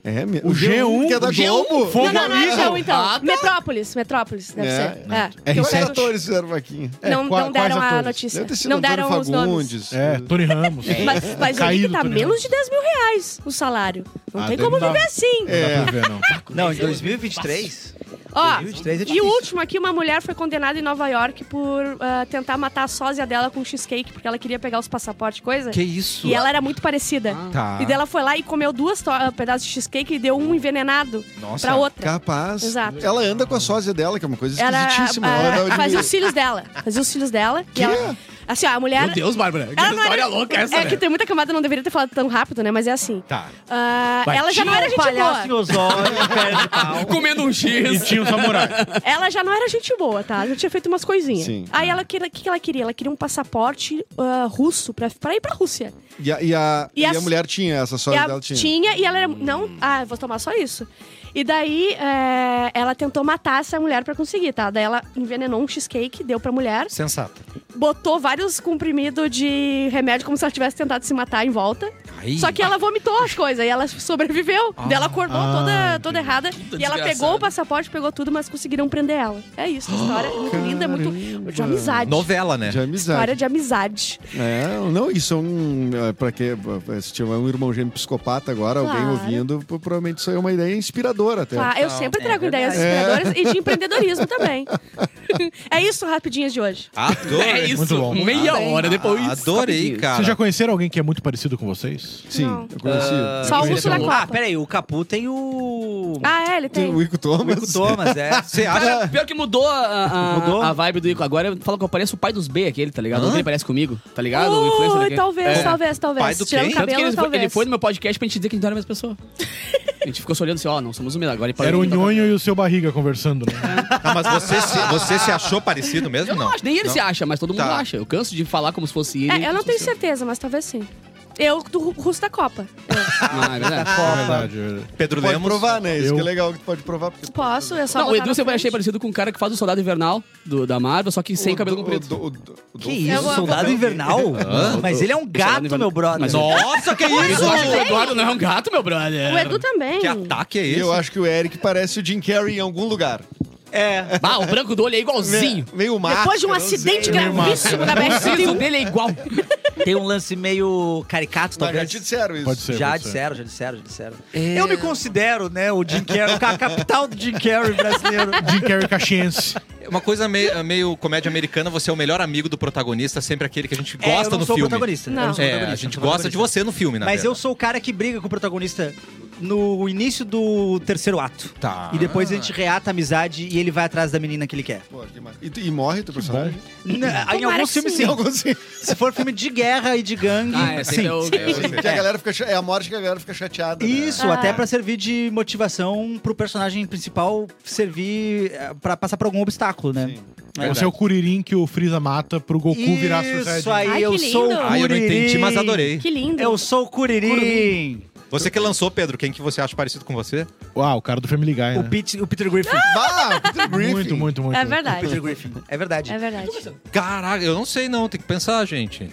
C: É, me-
G: O G1,
C: que é da
G: o G1,
C: Globo.
G: fogo
F: não, não, não é
G: amigo.
F: G1, então.
D: Ah, tá.
F: Metrópolis, Metrópolis, deve
C: É,
F: ser. É.
C: Quantos
G: R7.
C: atores fizeram vaquinha?
G: É,
F: Não,
G: qua-
F: não deram
G: quais
F: a
G: atores?
F: notícia.
C: Deve ter sido
F: Não
C: Antônio
F: deram os nomes.
C: Fagundes.
G: É, Tony Ramos.
F: Mas, mas aí que
G: Caído,
F: tá
G: Tony
F: menos de 10 mil reais o salário. Não
G: Ah,
F: tem
G: deve
F: como
G: dar.
F: viver assim.
C: É.
G: Não dá pra ver, não.
B: Não, em 2023. 2023
F: Ó,
B: é
F: Ah, e
B: difícil.
F: o último aqui, uma mulher foi condenada em Nova York por ah, tentar matar a sósia dela com cheesecake, porque ela queria pegar os passaportes e coisa.
A: Que isso?
F: E ela era muito parecida.
A: Tá.
F: E daí ela foi lá e comeu duas to- ah, pedaços de cheesecake e deu um envenenado
A: Nossa.
F: pra outra.
C: Capaz.
F: Exato.
C: Ela anda com a sósia dela, que é uma coisa
F: Era,
C: esquisitíssima. Ela
F: ah,
C: anda de-
F: fazia os cílios dela. Fazia os cílios dela. E ela, assim, ó, a mulher.
D: Meu Deus, Bárbara. Que
F: ela não
D: história
F: era-
D: louca essa,
F: É que
D: né?
F: tem muita camada, não deveria ter falado tão rápido, né? Mas é assim.
A: Tá.
F: Ah, ela já não era
B: Tinha um
F: gente
B: palhaço em
F: boa.
B: Osório, perna de pau.
D: Comendo um
G: E
D: X.
G: tinha o samurai.
F: Ela já não era gente boa, tá? Já tinha feito umas coisinhas.
C: Sim.
F: Aí ela queria- o que, que ela queria? Ela queria um passaporte ah, russo pra, pra ir pra Rússia.
C: E a, e a,
F: E
C: e
F: as-
C: a mulher tinha, essa
F: E
C: sósia
F: a-
C: dela tinha.
F: e ela era. Não, ah, eu vou tomar só isso. E daí é, ela tentou matar essa mulher pra conseguir, tá? Daí ela envenenou um cheesecake, deu pra mulher,
A: Sensato.
F: botou vários comprimidos de remédio como se ela tivesse tentado se matar em volta.
A: Ai.
F: Só que ela vomitou as coisas e ela sobreviveu. Daí ela acordou
G: Ah,
F: toda, toda errada. e ela
D: desgraçada.
F: pegou o passaporte, pegou tudo, mas conseguiram prender ela. É isso, a história é
D: Ah,
F: muito linda, é muito de amizade.
A: Novela, né?
C: De amizade.
F: História de amizade.
C: É, não, isso é um. é, Pra quê? Se tiver um irmão gêmeo psicopata agora, alguém
F: Claro.
C: ouvindo, pro- provavelmente isso aí é uma ideia inspiradora até.
F: Claro, Ah, eu sempre
B: é
F: trago ideias
C: verdade.
F: inspiradoras e de empreendedorismo também. é isso, rapidinhas de hoje.
A: Ah,
D: É
A: Adorei.
D: isso.
G: bom.
D: Meia hora depois.
A: Adorei, cara.
G: Vocês já conheceram alguém que é muito parecido com vocês?
C: Sim,
F: Não.
C: eu conheci.
F: Só o
D: conheci
F: russo na
D: um.
F: Copa.
B: Ah, peraí, o Capu tem o.
F: Ah, é, ele
C: Tem
F: tem.
C: o Ico
B: o
C: Thomas.
B: Ico Thomas, é.
A: Você
D: Cara,
A: acha.
D: pior que mudou a, a- a-
B: Mudou?
D: a vibe do Ico. Agora fala que eu pareço o pai dos B aquele, tá ligado?
A: Hã?
D: Ontem ele parece comigo, tá ligado? O influencer
F: Ui,
D: daqui.
F: talvez,
D: É.
F: talvez, talvez.
A: Pai do
F: Tirando
A: quem?
F: o
D: Tanto que
F: cabelo,
D: ele foi,
F: talvez.
D: ele foi no meu podcast pra gente dizer que a gente não era a mesma pessoa. A gente ficou se olhando assim, ó, não somos o mesmo. Agora ele tá parou
G: Era o
D: de tocar.
G: Nhonho e o seu barriga conversando, né?
A: Ah, mas você se, você se achou parecido mesmo?
D: Eu não, acho, nem ele se acha, mas todo mundo
A: Tá.
D: acha. Eu canso de falar como se fosse ele.
F: É, eu não tenho
D: certeza.
F: certeza, mas talvez sim. Eu do Ru- russo da Copa.
D: Não, é verdade.
G: É verdade, é verdade.
A: Pedro
C: Pode
A: Lemos.
C: provar, né? Isso
G: Eu-
C: que é legal que tu pode provar. Porque...
F: Posso, eu só
D: Não, o
F: botar na
D: Edu sempre
F: frente.
D: achei parecido com um cara que faz o Soldado Invernal do, da Marvel, só que sem
C: O
D: cabelo
C: do-
D: comprido.
C: o do- o do- o do-
B: Que isso,
F: Eu vou-
B: soldado
F: vou-
B: invernal?
A: Ah,
B: Mas ele é um gato, meu brother.
D: Mas, ó,
A: Nossa, que isso?
D: Edu acha que o Eduardo não é um gato, meu brother.
F: O Edu também.
A: Que ataque é
C: E
A: esse?
C: eu acho que o Eric parece o Jim Carrey em algum lugar.
B: É.
D: Bah, o branco do olho é igualzinho.
C: Me- Meio máscara.
F: Depois de um
C: não
F: acidente
C: sei.
F: gravíssimo da
D: O
F: BR-101.
D: siso dele é igual.
B: Tem um lance meio caricato,
C: Não, já é
B: talvez.
C: te disseram Tá isso.
G: Pode ser.
B: Já
G: pode ser.
B: disseram, já disseram, já disseram.
A: É.
B: Eu me considero, né, o Jim Carrey, a capital do Jim Carrey brasileiro.
G: Jim Carrey Caxiense.
A: Uma coisa meio, meio comédia americana, você é o melhor amigo do protagonista, sempre aquele que a gente
B: É, eu
A: gosta
B: não
A: no
B: sou o
A: filme.
B: protagonista. eu
F: Não.
B: não sou o
A: É,
B: protagonista,
A: a
B: eu não
A: gente
B: sou o
A: gosta de
B: protagonista.
A: você no filme, na
B: Mas eu
A: verdade.
B: sou o cara que briga com o protagonista no início do terceiro ato.
A: Tá.
B: E depois a gente reata a amizade e ele vai atrás da menina que ele quer.
C: Pô, que mar- e, tu- assim? e morre teu
G: É
C: personagem?
B: N- em alguns
F: que
B: filmes,
F: sim.
B: sim.
F: Em
B: Se for filme de guerra e de gangue,
D: Ah, é,
B: sim.
D: sempre eu- eu-
C: Que a galera fica, cha- é a morte que a galera fica chateada. né?
B: Isso,
A: É.
F: Ah.
B: até pra servir de motivação pro personagem principal servir eh, pra passar por algum obstáculo, né? É
G: Você é o Kuririn que o Freeza mata pro Goku virar Super
B: Isso
G: Saiyajin.
B: aí,
F: Ai, que
B: eu
F: lindo.
B: sou o Curirim.
A: Ah, eu não entendi, mas adorei.
F: Que lindo.
B: Eu sou o Curirim.
A: Você que lançou, Pedro, quem que você acha parecido com você?
G: Uau, o cara do Family Guy,
B: O,
G: né?
B: Pete- o Peter Griffin.
C: Bah, Peter Griffin.
G: Muito, muito, muito.
F: É
B: O
F: Ah, verdade.
B: Peter Griffin. É verdade.
F: É verdade.
A: Caraca, eu não sei não, tem que pensar, gente.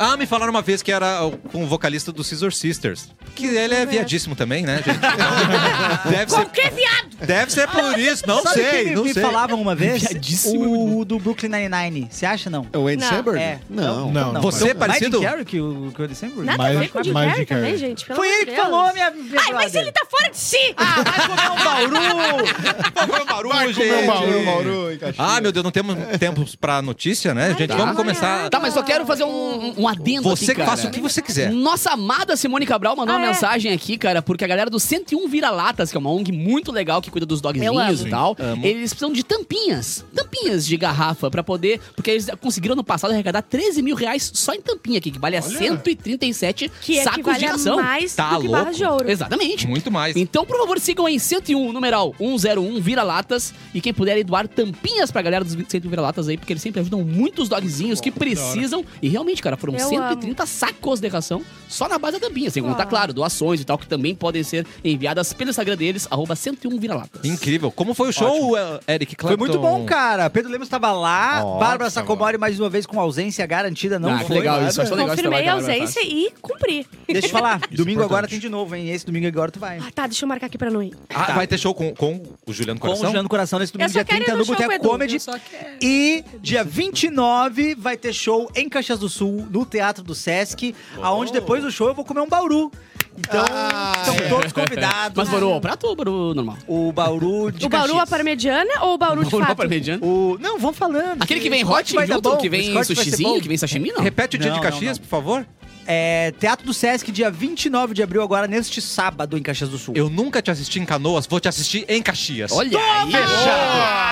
A: Ah, me falaram uma vez que era o- com o vocalista do Scissor Sisters. Que ele é viadíssimo também, né, gente? Então, deve, ser,
F: Que é? viado!
A: deve ser por isso, não
B: Sabe
A: sei,
B: quem me,
A: não
B: me
A: sei.
B: falavam uma vez?
D: Piadíssimo.
B: O do Brooklyn Nine-Nine. Você acha, não?
C: É o Andy
F: Não.
C: Samberg?
B: É.
C: Não.
G: Não, não.
A: Você é
B: Mais
A: parecido?
B: Jim Carrey que o, que o Andy Samberg?
F: Nada
G: Mais-
F: a ver com o Jim
G: mais
F: Carrey
G: Jim Carrey.
F: também, gente. Pelo
B: Foi
F: amor
B: ele
F: de
B: que
F: Deus.
B: falou, minha, minha
F: Ai, mas
B: brother.
F: ele tá fora de si!
B: Ah, vai comer um bauru!
A: Vai comer barulho,
G: comer
A: gente.
G: barulho,
C: Mauro e Caxias.
A: Ah, meu Deus, não temos tempo pra notícia, né, gente?
F: tá.
A: Vamos começar.
D: Tá, mas só quero fazer um, um- um adendo
A: Você
D: aqui,
A: que
D: cara.
A: faça o que você quiser.
D: Nossa amada Simone Cabral mandou
F: Ah,
D: uma
F: é?
D: mensagem aqui, cara, porque a galera do 101 Vira-Latas, que é uma ONG muito legal que cuida dos
F: Eu amo.
D: dogzinhos e tal, eles precisam de tampinhas. Tampinhas de garrafa pra poder. Porque eles conseguiram no passado arrecadar 13 mil reais só em tampinha aqui, que vale a 137
F: Que
D: sacos
F: equivale
D: de
F: a
D: ração.
F: mais
A: Tá
F: do que barras
A: louco?
F: de ouro.
D: Exatamente.
A: Muito mais.
D: Então, por favor, sigam aí 101, numeral 101 Vira-Latas. E quem puder aí doar tampinhas pra galera dos 101 Vira-Latas aí, porque eles sempre ajudam muitos dogzinhos que precisam. E realmente, cara, foram
F: Eu Ah.
D: 130 sacos de ração só na base da tampinha. Sem contar,
F: Uau.
D: claro, doações e tal, que também podem ser enviadas pelo Instagram deles, arroba 101 Vira-Latas.
A: Incrível. Como foi o show, Eric
B: Foi
A: Clapton?
B: muito bom, cara. Pedro Lemos tava lá,
A: Ótimo.
B: Bárbara Sacomori mais uma vez com ausência garantida, não
D: Ah, que
B: foi.
D: legal
B: nada.
D: isso, acho legal esse
F: Confirmei
D: trabalho
F: a
D: que ela
F: ausência e cumpri.
B: Deixa eu te falar,
G: é
B: domingo agora
G: importante.
B: tem de novo, hein? Esse domingo agora tu vai.
F: Ah, tá, deixa eu marcar aqui pra não ir.
A: Ah, vai ter show com, com o Juliano
B: Com o
A: Coração?
B: Jean do Coração nesse domingo,
F: Eu só
B: dia
F: quero ir
B: 30,
F: no
B: no
F: show com o
B: Boteco
F: Edu,
B: Comedy.
F: eu só quero.
B: E dia 29 vai ter show em Caxias do Sul, no Teatro do Sesc, aonde depois do show eu vou comer um bauru. Então,
C: Ah,
B: são
C: é.
B: todos convidados.
D: Mas foram ao prato ou pro normal?
B: O bauru de
F: O bauru à
B: Caxias.
F: parmegiana ou o bauru de
D: Normal
F: fato?
D: pra mediano.
B: O... Não, vão falando.
D: Aquele que vem
B: Scott
D: hot
B: vai dar
D: junto,
B: bom,
D: que vem
B: Scott vai ser bom.
D: sushizinho, que vem sashimi, não?
A: Repete o dia
B: Não,
A: de
B: não,
A: Caxias, por favor.
B: É, Teatro do Sesc, dia 29 de abril, agora neste sábado, em Caxias do Sul.
A: Eu nunca te assisti em Canoas, vou te assistir em Caxias.
D: Olha aí!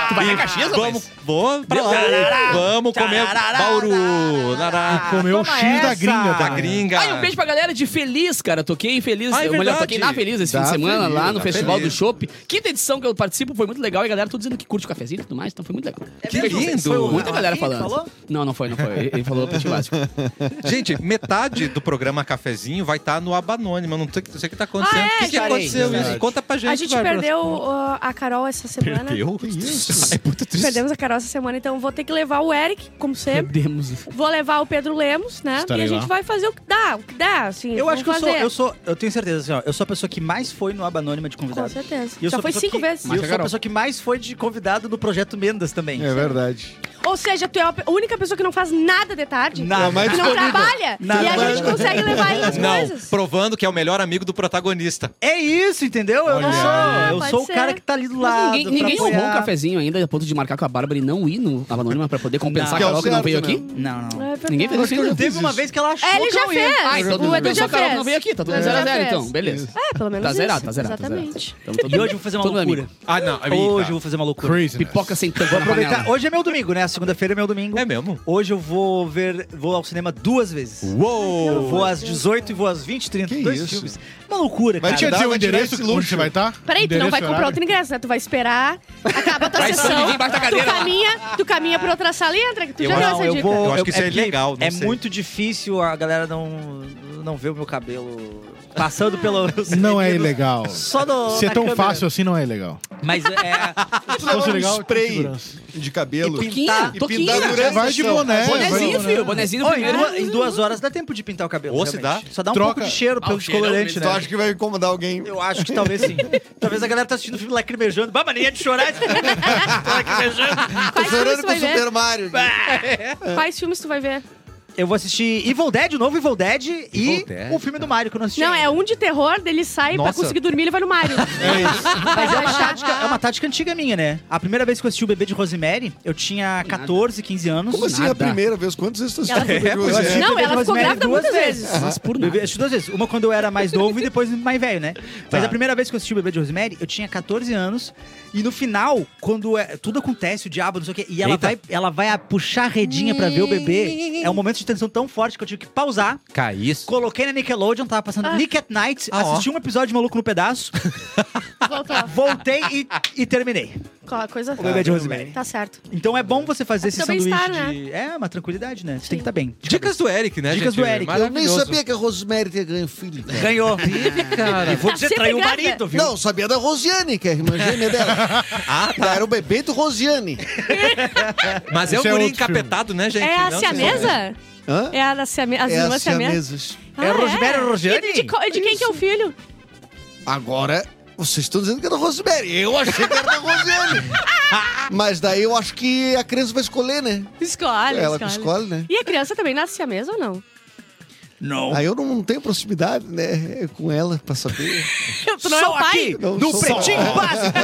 D: Tu vai pra Caxias,
A: Vamos,
D: rapaz?
A: vou pra lá. Vamos comer
B: Tarará,
A: bauru.
G: E
A: Nará.
G: comeu o
B: Toma
G: X da
B: essa.
G: gringa.
A: Da
G: também.
A: gringa. tá?
D: Aí um beijo pra galera de Feliz, cara. Toquei em Feliz,
A: Ah, é
D: ou melhor,
A: verdade.
D: toquei na Feliz esse
C: Da
D: fim de semana
C: Feliz,
D: lá no
C: da
D: Festival
A: Feliz.
D: do Chopp. Quinta edição que eu participo foi muito legal e a galera tô dizendo que curte o cafezinho e tudo mais, então foi muito legal.
A: Que
B: mesmo?
A: lindo.
B: É Foi o-
D: Muita galera
B: Quem
D: falando.
B: falou?
D: Não, não foi, não foi. Ele ele falou pro Básico.
A: Gente, metade do programa Cafezinho vai estar no Aba Anônima. Não sei, não sei o que tá acontecendo.
F: Ah, é,
A: o que, que
B: estarei,
A: aconteceu
B: verdade.
A: isso? Conta pra gente.
F: A gente
A: Bárbara.
F: perdeu ó, a Carol essa semana.
A: Perdeu? Isso. É muito triste.
F: Perdemos a Carol essa semana, então vou ter que levar o Eric, como
D: É.
F: sempre.
D: Perdemos.
F: Vou levar o Pedro Lemos, né?
G: Estarei
F: e a gente
G: lá.
F: vai fazer o que dá, o que dá, assim.
B: Eu acho que eu
F: vamos
B: sou,
F: fazer.
B: eu sou, eu tenho certeza, assim, ó, eu sou a pessoa que mais foi no Aba Anônima de
F: Com
B: convidado.
F: certeza.
B: E eu
F: Já
B: sou a
F: foi
B: pessoa
F: cinco
B: que-
F: vezes.
B: E eu sou a pessoa que mais foi de convidado no Projeto Mendas também.
C: É verdade.
F: Ou seja, tu é a única pessoa que não faz nada de tarde.
C: Ah,
B: Nada.
F: que não trabalha.
B: Nada.
F: E a gente consegue levar ele nas
A: Não,
F: coisas.
A: provando que é o melhor amigo do protagonista.
B: É isso, entendeu? Eu não
G: Olha
B: sou.
F: aí.
B: eu
F: Ah,
B: sou
F: pode
B: o cara
F: ser.
B: que tá ali do
D: Mas
B: lado.
D: ninguém
B: pra
D: ninguém honrou
B: apoiar.
D: um cafezinho ainda, a ponto de marcar com a Bárbara e não ir no Aba Anônima pra poder compensar
B: Não.
D: a Carol que não veio
C: Que é o
D: aqui.
B: Não, não.
F: É verdade.
D: Ninguém fez isso ainda.
B: Teve uma vez que ela achou
F: É, ele
B: que
F: já
B: eu ia.
F: fez.
D: Ah, então
F: o Edu
D: pensou
F: já
D: a Carol que
F: fez.
D: não veio aqui, tá tudo
F: Mas
D: 0
F: já
D: a 0
F: fez.
D: então, beleza.
F: É, pelo menos
D: Tá
F: isso.
D: zerado, tá zerado, tá zerado.
F: Exatamente.
D: Então, todo
B: E
D: mundo-
B: hoje eu vou fazer uma
D: todo mundo
B: loucura.
D: amigo.
A: Ah, não. aí,
B: Hoje
A: tá.
B: eu vou fazer uma loucura.
G: Crazy.
D: Pipoca sem tampa
B: Vou
D: na panela.
B: aproveitar. Hoje é meu domingo, né? Segunda-feira é meu domingo.
A: É mesmo?
B: Hoje eu vou ver. Vou ao cinema duas vezes. Eu
A: Uou!
B: vou às 18 e vou às 20, 30,
C: Que
B: dois
C: isso?
B: filmes. Uma loucura,
C: Vai
G: Vai
B: cara.
G: te
C: Dá-
G: dizer o
C: vai tirar
G: endereço
C: esse
G: onde
C: luxo.
G: você vai tá? é estar?
F: Peraí, tu não vai comprar outro
G: outro
F: ingresso, né? Tu vai esperar, acaba a tua
D: Vai
F: sessão,
D: esconder embaixo da
F: tu,
D: cadeira né? lá.
F: caminha, tu caminha pra outra sala e entra, que tu
A: Eu
F: já deu
A: acho-
F: essa
B: eu
F: dica.
B: vou-
A: Eu acho que isso é
B: porque
A: legal, não
B: É
A: sei.
B: muito difícil a galera não, não ver o meu cabelo passando pelo.
G: Não é ilegal.
B: Só no.
G: Se é
B: na
G: tão
B: câmera.
G: fácil assim, não é ilegal.
B: Mas é.
C: Tu leva
G: fosse
C: um
G: legal, tinha
C: spray
G: segurança.
C: de cabelo.
B: E
D: Toquinha,
C: E
D: toquinha.
C: pintar durante
G: Vai
C: a
G: de
C: sessão.
G: boné.
D: Bonezinho,
G: Vai-
D: filho. Bonezinho do
B: Ó, em,
D: primeiro.
B: duas, né? em duas horas dá tempo de pintar o cabelo.
A: Ou se
B: realmente.
A: dá.
B: Só dá um
G: Troca.
B: pouco de cheiro
D: Ah, o
B: pelo
D: cheirão
B: descolorante,
D: mesmo.
B: né?
C: Tu acha que vai incomodar alguém?
B: Eu acho que talvez sim. talvez a galera tá assistindo o filme lacrimejando. Bah, mas nem é de chorar. esse filme. Tá lacrimejando.
F: Quais filmes
C: Chorando
F: tu
C: com o
F: vai ver?
C: Super Mario.
F: Quais filmes tu vai ver?
B: Eu vou assistir Evil Dead, o novo Evil Dead e
A: Evil Dead,
B: o filme do Mario que eu não assisti.
F: Não,
B: ainda.
F: é um de terror, dele sai pra
A: Nossa.
F: conseguir dormir, ele vai no Mario.
B: Mas é uma, tática, é uma tática antiga minha, né? A primeira vez que eu assisti o Bebê de Rosemary, eu tinha 14, 15 anos.
C: Como assim a
D: nada.
C: primeira vez? Quantas vezes tu
F: Ela-
C: assistiu?
A: É, pois é.
F: Não,
B: Bebê
F: ela ficou
B: Rosemary
F: grávida
B: duas
F: muitas
B: vezes.
F: vezes.
D: Mas por
B: Bebê,
D: nada.
B: eu assisti duas vezes. Uma quando eu era mais novo e depois mais velho, né? Mas a primeira vez que eu assisti o Bebê de Rosemary, eu tinha 14 anos. E no final, quando é- tudo acontece, o diabo, não sei o quê, e ela
A: Eita.
B: vai, ela vai a- puxar a redinha pra ver o bebê. É um momento de tensão tão forte que eu tive que pausar.
A: Cai isso.
B: Coloquei na Nickelodeon, tava passando Nick at Night,
A: Ah, ó.
B: assisti um episódio de Maluco no Pedaço,
F: Voltou.
B: voltei e, e terminei.
F: Co- a coisa
B: O bebê de Rosemary.
F: Tá certo.
B: Então é bom você fazer
F: É
B: esse
F: pro seu
B: sanduíche
F: bem-estar,
B: de... É, uma tranquilidade, né? Você tem que estar bem.
A: Dicas do Eric, né,
B: Dicas
A: gente?
B: do Eric.
E: Eu nem
A: Maravilhoso.
E: sabia que a Rosemary tinha ganho filho. cara.
B: Ganhou. E vou
F: Tá
B: dizer,
F: sempre
B: traiu o
F: grávida.
B: marido, viu?
E: Não, sabia da Rosiane, que é a irmã gêmea dela.
A: Ah,
E: Ela Era o bebê do Rosiane.
A: mas é um
G: Isso
A: guri
G: é outro filme.
A: encapetado, né, gente?
F: É a
A: Não,
F: siamesa?
E: Hã?
F: É a da siame... as
E: É
F: irmãs
E: as
F: siamesas?
E: siamesas.
F: Ah,
B: É a Rosemary Rogério?
F: E de, co- de quem que é o filho?
E: Agora, vocês estão dizendo que é da Rosemary. Eu achei que era da Rosiane. Mas daí eu acho que a criança vai escolher, né?
F: Escolhe,
E: Ela que
F: escolhe.
E: escolhe, né?
F: E a criança também nasce siamesa ou não?
B: Não.
E: Aí eu não tenho proximidade, né, com ela pra saber.
F: Tu não é o pai?
E: Não
B: no
E: sou.
B: Pretinho Básico.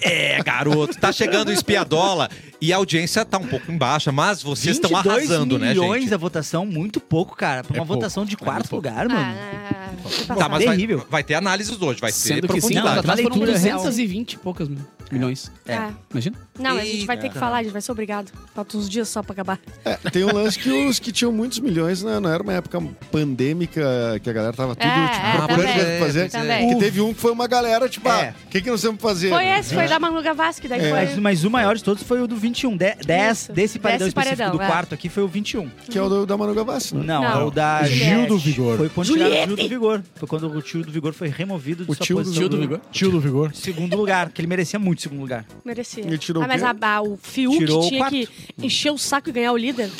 A: É, garoto, tá chegando o Espiadola e a audiência tá um pouco embaixo, mas vocês estão
B: 22
A: arrasando, né,
B: milhões
A: gente?
B: a votação, muito pouco, cara. Pra uma
G: É pouco,
B: votação de
G: é muito
B: quarto
G: pouco.
B: lugar, mano.
F: Ah, deixa eu
B: Tá,
F: passar.
A: mas vai,
B: Terrível.
A: vai ter análises hoje, vai ter
D: Sendo que sim,
A: profundidade.
B: Não,
D: atrás foram
B: Leitura real.
D: 220 e poucas mil- milhões.
B: É.
F: Ah,
D: Imagina?
F: Não, mas a gente vai ter que
A: Eita.
F: falar, a gente vai ser obrigado. Falta uns dias só pra acabar.
C: É, tem um lance que os que tinham muitos milhões, né? não era uma época pandêmica que a galera tava tudo,
F: É,
C: tipo,
F: é,
C: procurando
F: também,
C: o que fazer.
F: também.
C: Que teve um que foi uma galera, tipo, ah, o
B: É.
C: que, que nós temos pra fazer?
F: Foi esse, foi da Manu Gavassi, daí
B: Mas,
F: foi.
B: mas o maior de todos foi o do 21. De, dez,
F: é. Isso.
B: desse paredão
F: Desse
B: específico
F: paredão,
B: do
F: é.
B: quarto aqui foi o 21.
C: Que é o do- da Manu Gavassi, né?
B: Não,
F: Não.
B: é o da
G: Gil do
B: Juliette.
G: Vigor.
B: Foi quando tiraram o
F: Juliette.
B: Gil do Vigor. Foi quando o tio do Vigor foi removido de
C: O
B: sua
C: tio do
B: posição.
D: Tio do Vigor.
G: Tio do Vigor.
B: Segundo lugar, que ele merecia muito segundo lugar.
F: Merecia.
C: Ele tirou
F: ah,
C: o
F: mas
C: quê?
F: a, a, o Fiuk
B: Tirou o
F: tinha que encher o saco e ganhar o líder.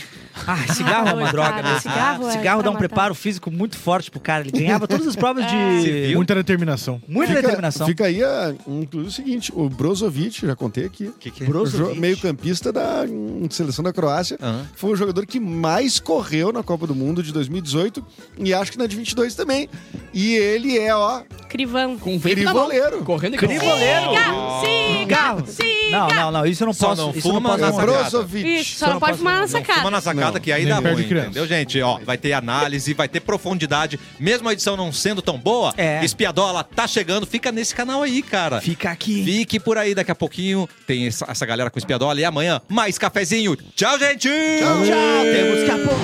B: Ah, cigarro é uma
F: Ah,
B: droga
F: cara,
B: mesmo.
F: cigarro é
B: cigarro
F: pra
B: dá um
F: matar.
B: preparo físico muito forte pro cara. Ele ganhava todas as provas
F: É.
B: de...
A: viu?
G: Muita determinação.
B: Muita
C: Fica-
B: determinação.
C: Fica aí, a, inclusive, o seguinte, o Brozovic, já contei aqui,
A: Que que é?
B: Brozovic.
C: jo- meio-campista da hum, seleção da Croácia,
A: Aham.
C: foi o jogador que mais correu na Copa do Mundo de 2018 e acho que na de 22 também. E ele é, ó,
F: Crivão.
D: Com vento
F: tá
D: na mão.
C: Crivoleiro.
D: Correndo e
B: Crivoleiro.
F: Siga!
B: Cigarro!
F: Siga!
B: Não, não, não. Isso eu não
A: Só
B: posso.
A: não
B: isso eu não
A: fuma
B: posso
A: na
B: mostrar.
A: sacada.
C: É, Brozovic.
F: Isso, só não pode fumar na
A: Uma
F: sacada.
A: na sacada
C: Não,
A: que aí
G: nem
A: dá
G: perde
A: ruim,
G: criança.
A: entendeu, gente? Ó, vai ter análise, vai ter profundidade. Mesmo a edição não sendo tão boa,
B: É.
A: Espiadola tá chegando. Fica nesse canal aí, cara.
B: Fica aqui.
A: Fique por aí daqui a pouquinho. Tem essa, essa galera com Espiadola. E amanhã, mais cafezinho. Tchau, gente!
B: Tchau, temos que a pouco.